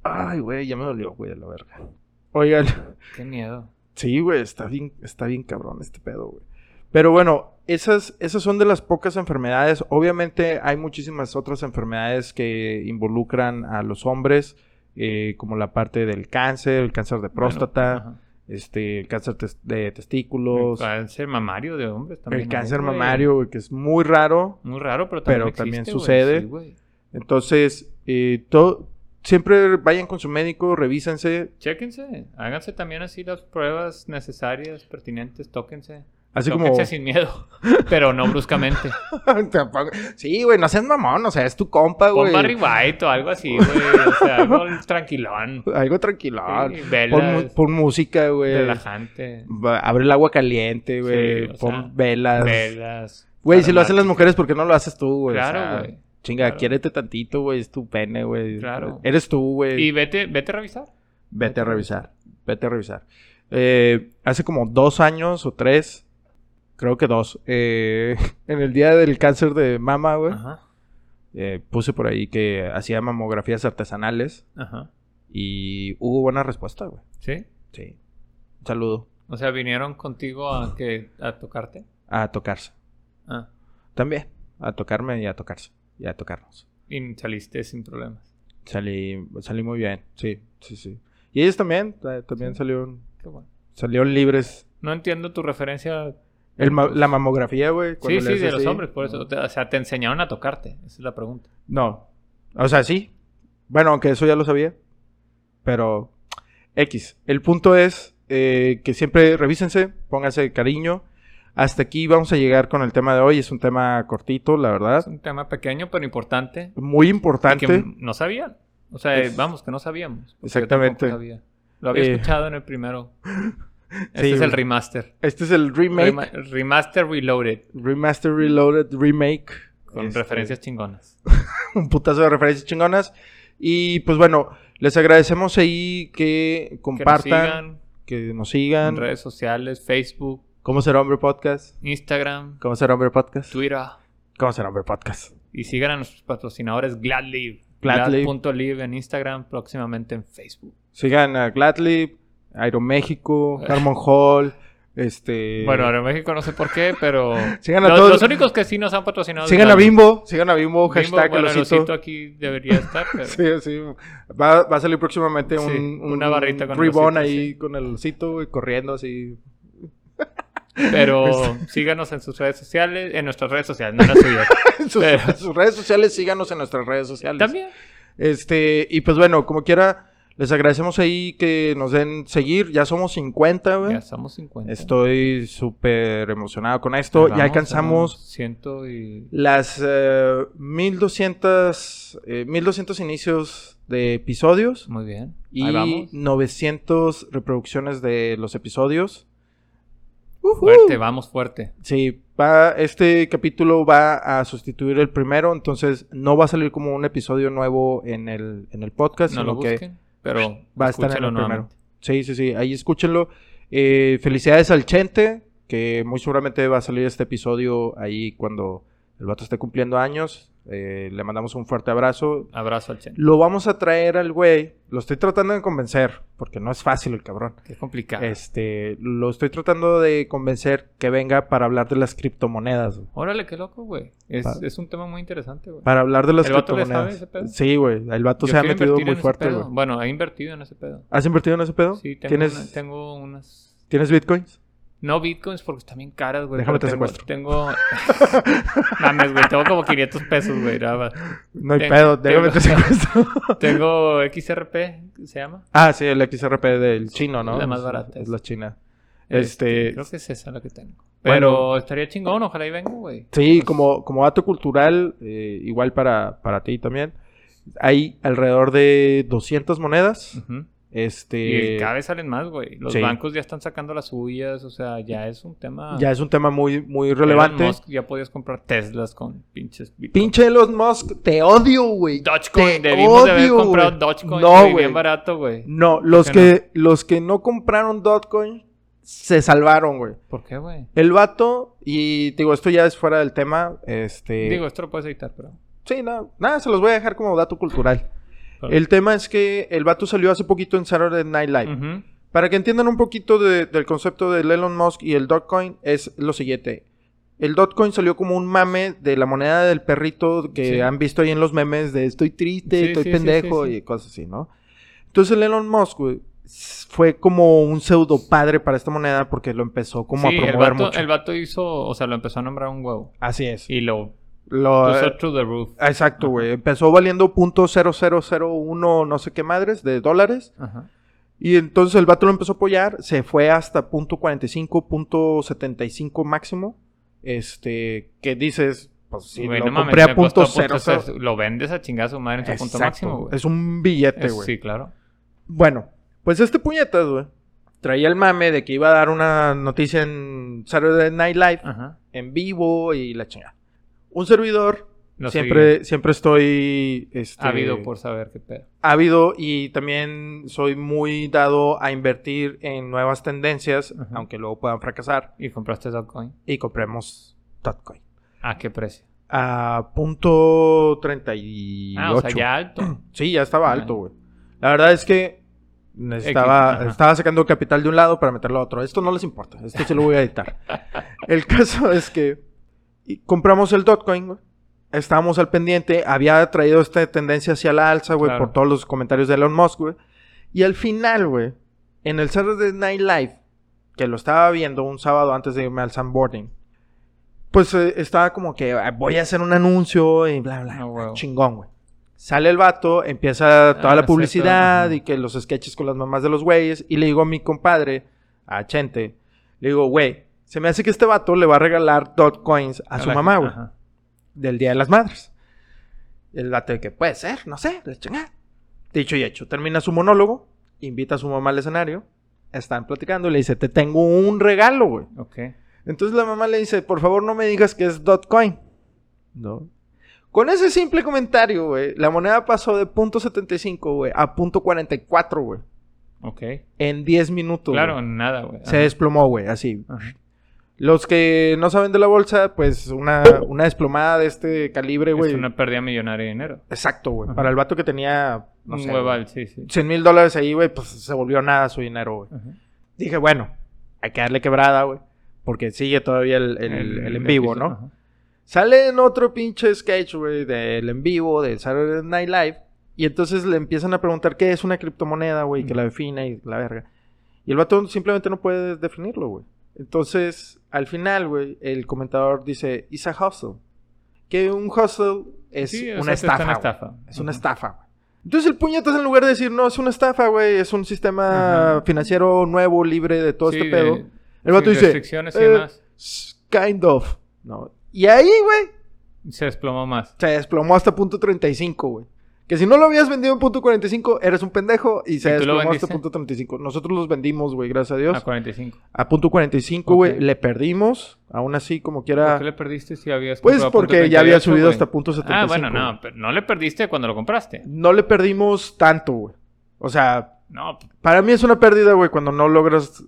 Ay, güey, ya me dolió, güey, de la verga. Oigan,
Qué miedo.
sí, güey, está bien, está bien cabrón este pedo, güey. Pero bueno, esas, esas son de las pocas enfermedades. Obviamente hay muchísimas otras enfermedades que involucran a los hombres, eh, como la parte del cáncer, el cáncer de próstata,
Bueno, ajá.
este, el cáncer tes- de
El
testículos,
cáncer mamario de hombres también.
el
hay,
cáncer
güey.
mamario, güey, que es muy raro.
Muy raro, pero
Pero
también
también
existe, güey.
sucede.
Sí, güey.
Entonces, eh, todo, siempre vayan con su médico, revísense.
Chéquense. Háganse también así las pruebas necesarias, pertinentes. Tóquense.
Así
tóquense
como.
sin miedo, pero no bruscamente.
Tampoco- sí, güey, no seas mamón, o sea, es tu compa,
Pon
güey.
Barry White o algo así, güey. O sea, algo tranquilón.
Algo tranquilo.
Sí,
Ah, Pon, mu-
velas,
pon pues música, güey.
relajante.
Va- Abre el agua caliente, güey.
Sí, o
pon
sea,
velas.
Velas.
Güey, si lo hacen las pues, ah,
aromáticas.
mujeres, ¿por qué no lo haces tú, güey? O sea,
Claro, güey.
Chinga,
Claro.
quiérete tantito, güey. Es tu pene, güey.
Claro.
Eres tú, güey.
Y vete, vete a revisar.
Vete a revisar. Vete a revisar. Eh, hace como dos años o tres, creo que dos, eh, en el día del cáncer de mama, güey,
Ajá.
eh, puse por ahí que hacía mamografías artesanales
Ajá.
y hubo buena respuesta, güey.
¿Sí?
Sí. Un saludo
O sea, vinieron contigo a que a tocarte.
a tocarse.
Ah.
También, a tocarme y a tocarse. Y a tocarnos.
Y saliste sin problemas.
Salí, salí muy bien, sí, sí, sí. Y ellos también, eh, también
Sí.
salieron,
Qué bueno.
salieron libres.
No entiendo tu referencia.
El ma- la mamografía, güey.
Sí,
cuando le
sí, de
haces
los
así.
hombres, por eso. O sea, te enseñaron a tocarte. Esa es la pregunta.
No. O sea, sí. Bueno, aunque eso ya lo sabía. Pero. X. El punto es eh, que siempre revísense, pónganse cariño. Hasta aquí vamos a llegar con el tema de hoy. Es un tema cortito, la
Es
verdad.
un tema pequeño, pero importante.
Muy
y
importante.
Que no sabían. O sea, eh,
Es-
vamos, que no sabíamos. porque yo
Exactamente.
tampoco sabía. Lo había
Eh.
escuchado en el primero. Este
Sí,
es
güey.
el remaster.
Este es el remake.
Rema- remaster Reloaded.
Remaster Reloaded Remake.
Con
Este,
referencias chingonas.
Un putazo de referencias chingonas. Y pues bueno, les agradecemos ahí que
que nos
compartan,
sigan
que nos
en
sigan.
redes sociales, Facebook,
¿Cómo ser hombre podcast?
Instagram,
¿Cómo ser hombre podcast?
Twitter.
¿Cómo ser hombre podcast?
Y sigan a nuestros patrocinadores GladLib.
Gladlib.
Glad.lib en Instagram, próximamente en Facebook.
Sigan a Gladly, Aeroméxico, Harmon Hall, este...
Bueno, ahora en México no sé por qué, pero.
Sigan a
los,
todos.
los únicos que sí nos han patrocinado. es
sigan a
Gladlib.
Bimbo, sigan a Bimbo, hashtag
bueno,
el
el
osito.
osito aquí debería estar, pero.
Sí, sí. Va, va a salir próximamente un,
Sí,
un-
una barrita con el
ribbon
osito,
ahí
sí.
con el osito y corriendo así.
Pero síganos en sus redes sociales, en nuestras redes sociales, no en las suyas.
En sus,
Pero-
en sus redes sociales, síganos en nuestras redes sociales.
También.
Este, y pues bueno, como quiera, les agradecemos ahí que nos den seguir. Ya somos 50, güey.
Ya estamos 50.
Estoy súper emocionado con esto.
Vamos
ya
a
alcanzamos...
Ciento y.
las eh, 1200, eh, 1200 inicios de episodios
Muy bien.
y
Ahí vamos.
900 reproducciones de los episodios.
Fuerte,
Uh.
vamos fuerte.
Sí, va, este capítulo va a sustituir el primero, entonces no va a salir como un episodio nuevo en el, en el podcast,
No
sino
lo
que
busquen, pero.
va a estar en
escúchenlo
el primero.
nuevamente.
Sí, sí, sí, ahí escúchenlo. Eh, felicidades al Chente, que muy seguramente va a salir este episodio ahí cuando el vato esté cumpliendo años. Eh, le mandamos un fuerte abrazo.
Abrazo al Chen.
Lo vamos a traer al güey. Lo estoy tratando de convencer, porque no es fácil el cabrón.
Qué complicado.
Este, lo estoy tratando de convencer que venga para hablar de las criptomonedas. güey.
Órale, qué loco, güey. Es,
Pa-
es un tema muy interesante, güey.
Para hablar de las
¿El vato le
criptomonedas.
sabe ese pedo?
Sí, güey. El vato
Yo
se ha
quiero
metido
invertir
muy
en ese
fuerte,
pedo.
güey.
Bueno, he invertido en ese pedo.
¿Has invertido en ese pedo?
Sí, tengo,
¿Tienes,
una- tengo unas...
¿Tienes bitcoins?
No bitcoins porque están bien caras, güey.
Déjame
pero
te
tengo,
secuestro.
Tengo... Mames, güey. Tengo como 500 pesos, güey. nada más.
No hay
Tengo-
pedo, déjame
tengo-
te secuestro.
Tengo XRP, ¿qué se llama.
Ah, sí, el XRP del chino, ¿no?
La más
Es-
barata.
Es la china. Este,
Creo que es esa la que tengo.
Bueno.
Pero estaría chingón. Ojalá y venga, güey.
sí, como, como dato cultural, eh, igual para, para ti también, hay alrededor de 200 monedas
Ujú.
Este,
Y cada vez salen más, güey. Los
sí.
bancos ya están sacando las suyas, o sea, ya es un tema.
ya es un tema muy, muy
Elon
relevante.
Musk, ya podías comprar Teslas con pinches. Bitcoin.
Pinche Elon Musk, te odio, güey.
Dogecoin,
Te
debimos de haber
odio,
comprado
güey.
Dogecoin
No,
güey,
güey.
bien barato, güey.
No, los
¿Por
que,
qué
los que no compraron Dogecoin se salvaron, güey.
¿Por qué, güey?
El vato, y digo, esto ya es fuera del tema. Este.
Digo, esto lo puedes editar, pero.
sí, no, nada, se los voy a dejar como dato cultural.
Claro.
El tema es que el vato salió hace poquito en Saturday Night Live.
Ujú.
Para que entiendan un poquito de- del concepto del Elon Musk y el Dogecoin, es lo siguiente. El Dogecoin salió como un mame de la moneda del perrito que
Sí.
han visto ahí en los memes de estoy triste,
Sí,
estoy
sí, sí,
pendejo
sí, sí.
y cosas así, ¿no? Entonces el Elon Musk güey, s- fue como un pseudo padre para esta moneda porque lo empezó como
Sí,
a
el
promover
vato,
mucho.
el vato hizo, o sea, lo empezó a nombrar un huevo.
Así es.
Y lo
Lo- eh,
puso through the roof.
Exacto, güey. Empezó valiendo .0001 no sé qué madres de dólares.
Ajá.
Y entonces el vato lo empezó a apoyar, se fue hasta punto .45, punto .75 máximo. Este, que dices, pues sí,
Güey,
lo
no mames,
compré
me
a punto
costó
cero,
cero,
cero.
Lo vendes a chingar a su madre en su punto
Exacto,
máximo, güey.
Es un billete,
Es-
güey.
Sí, claro.
Bueno, pues este puñetas, güey, traía el mame de que iba a dar una noticia en Saturday Night Live,
Ajá.
en vivo y la chingada. Un servidor,
Lo seguí.
siempre, siempre estoy... Este,
Ávido por saber qué pedo.
ha habido y también soy muy dado a invertir en nuevas tendencias,
Ajá.
aunque luego puedan fracasar,
¿Y compraste Dogecoin?
y compremos Totcoin.
¿A qué precio?
A punto 38.
Ah, o sea, ya alto.
Sí, ya estaba
Ah.
alto, güey. La verdad es que estaba,
Ajá.
estaba sacando capital de un lado para meterlo a otro. Esto no les importa, esto se lo voy a editar. el caso es que y compramos el Dotcoin, güey. Estábamos al pendiente, había traído esta tendencia hacia la alza, güey,
Claro.
por todos los comentarios de Elon Musk, güey. Y al final, güey, en el Saturday Night Live, que lo estaba viendo un sábado antes de irme al Sunboarding, pues eh, estaba como que "Ah, voy a hacer un anuncio y bla, bla.
Ah, huevo.
Chingón, güey. Sale el vato, empieza toda
Ah,
la publicidad
exacto, ajá.
y que los sketches con las mamás de los güeyes. Y le digo a mi compadre, a Chente, le digo, güey, se me hace que este vato le va a regalar dot coins a, su
la-
mamá, güey,
Ajá.
del Día de las Madres. El vato de que puede ser, no sé, la chingada. Dicho y hecho, termina su monólogo, invita a su mamá al escenario, están platicando y le dice, te tengo un regalo, güey.
Ok.
Entonces la mamá le dice, por favor no me digas que es dotcoin. No. Con ese simple comentario, güey, la moneda pasó de .75, güey, a .44, güey.
Ok.
En 10 minutos.
Claro,
güey.
nada, güey.
Se desplomó, güey, así.
Ajá.
Los que no saben de la bolsa, pues una, una desplomada de este calibre, güey.
Es una pérdida millonaria de dinero.
Exacto, güey.
Ajá.
Para el vato que tenía, no
un
sé,
hueval, sí, sí.
100 mil dólares ahí, güey, pues se volvió nada su dinero, güey.
Ajá.
Dije, bueno, hay que darle quebrada, güey. Porque sigue todavía el, el- el en vivo,
episodio,
¿no?
ajá.
Sale en otro pinche sketch, güey, del en vivo, de Saturday Night Live. Y entonces le empiezan a preguntar qué es una criptomoneda, güey, que la defina y la verga. Y el vato simplemente no puede definirlo, güey. Entonces, al final, güey, el comentador dice, it's a hustle. Que un hustle es
Sí, o
una estafa.
sea, Es una
güey.
estafa.
Es una
Ajá.
estafa, güey. Entonces el puñetazo en lugar de decir, no, es una estafa, güey, es un sistema
Ajá.
financiero nuevo, libre de todo
Sí,
este pedo.
de-
el vato
sin
dice,
restricciones y
"Eh,
demás.
"S- kind of. No. Y ahí, güey,
Se desplomó más.
se desplomó hasta punto 35, güey. Que si no lo habías vendido en punto 45, eres un pendejo y se
¿Y tú lo
desplomó hasta
vendiste?
punto 35. Nosotros los vendimos, güey, gracias a Dios.
A 45.
A punto 45,
Ok.
güey, le perdimos. Aún así, como
¿Por qué
quiera.
le perdiste si habías
Pues
comprado
porque
punto
ya había
38,
subido
güey?
hasta punto 75.
Ah, bueno, no, pero no le perdiste cuando lo compraste.
No le perdimos tanto, güey. O sea,
No,
para mí es una pérdida, güey, cuando no logras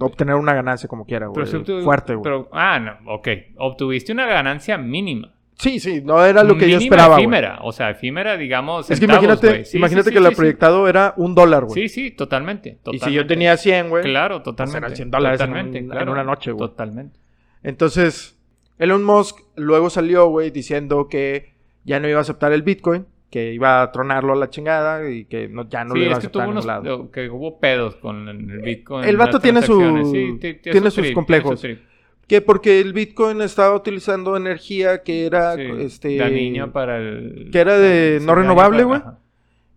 obtener una ganancia como quiera, güey.
pero si obtuve-
Fuerte, güey.
pero- ah, no, ok. Obtuviste una ganancia mínima.
Sí, sí, no era lo que yo
Mínima
esperaba, güey.
efímera, o sea, efímera, digamos,
Es que
centavos,
imagínate,
güey. Sí,
imagínate
sí, sí,
que la
sí,
proyectado era un dólar,
Sí,
güey.
sí, sí, totalmente,
y si yo
totalmente.
tenía 100, güey. pues
Claro, totalmente.
eran 100 dólares en
totalmente,
un- en una noche, güey.
Totalmente.
Entonces, Elon Musk luego salió, güey, diciendo que ya no iba a aceptar el Bitcoin, que iba a tronarlo a la chingada y que no, ya no
sí,
lo iba a
es que
aceptar
tuvo
en
unos,
ningún lado.
que hubo pedos con el Bitcoin.
El vato
las
tiene su-
transacciones. Sí, ti-
tiene
su
sus
trip,
complejos.
tiene su trip.
Que porque el Bitcoin estaba utilizando energía que era,
Sí,
este...
dañino para el...
que era de
sí,
no
dañino
renovable,
para-
güey.
ajá,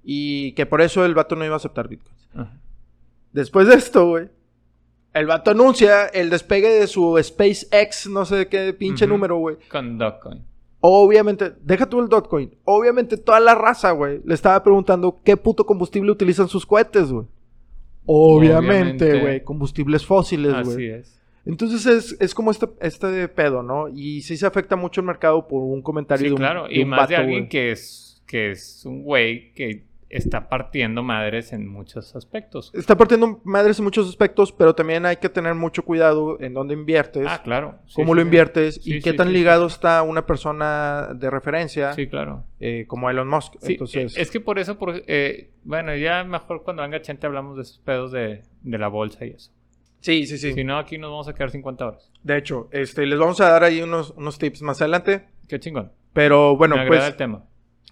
Y que por eso el vato no iba a aceptar Bitcoin.
ajá.
Después de esto, güey, el vato anuncia el despegue de su SpaceX, no sé qué pinche
Ujú.
número, güey.
Con Dogecoin.
Obviamente, deja tú el dotcoin. Obviamente toda la raza, güey, le estaba preguntando qué puto combustible utilizan sus cohetes, güey. Obviamente,
Obviamente.
güey. Combustibles fósiles, güey.
Así es.
Entonces es, es como este, este pedo, ¿no? Y sí se afecta mucho el mercado por un comentario
Sí,
de un,
claro.
de
Y
un
más de
vato,
alguien
güey.
que es, que es un güey que está partiendo madres en muchos aspectos.
Está partiendo madres en muchos aspectos, pero también hay que tener mucho cuidado en dónde inviertes,
ah, claro. Sí,
cómo
sí,
lo
sí.
inviertes y
Sí,
qué
sí,
tan
sí,
ligado está una persona de referencia
Sí, claro.
eh, como Elon Musk.
Sí,
Entonces,
eh, es que por eso, por- eh, bueno, ya mejor cuando venga Chente hablamos de esos pedos de, de la bolsa y eso.
sí, sí, sí,
Si no, aquí nos vamos a quedar 50 horas.
De hecho, este, les vamos a dar ahí unos, unos tips más adelante.
Qué chingón.
Pero bueno,
Me agrada
pues
el tema.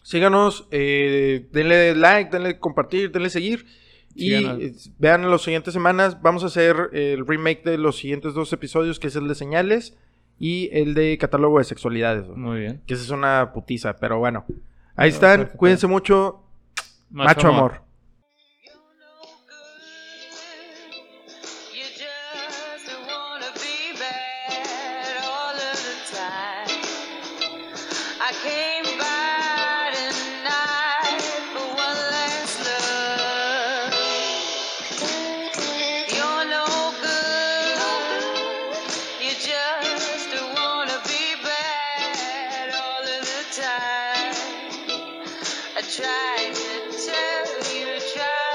síganos, eh, denle like, denle compartir, denle seguir. Y
Síganos.
eh, vean en las siguientes semanas. Vamos a hacer el remake de los siguientes dos episodios, que es el de señales y el de catálogo de sexualidades. güey.
Muy bien.
Que esa es una putiza, pero bueno. Ahí
Pero
están,
perfecto.
cuídense mucho. Macho, amor.
You just don't wanna be bad all of the time. I came by tonight for one last look. You're no good. You just don't wanna be bad all of the time. I tried to tell you, tried.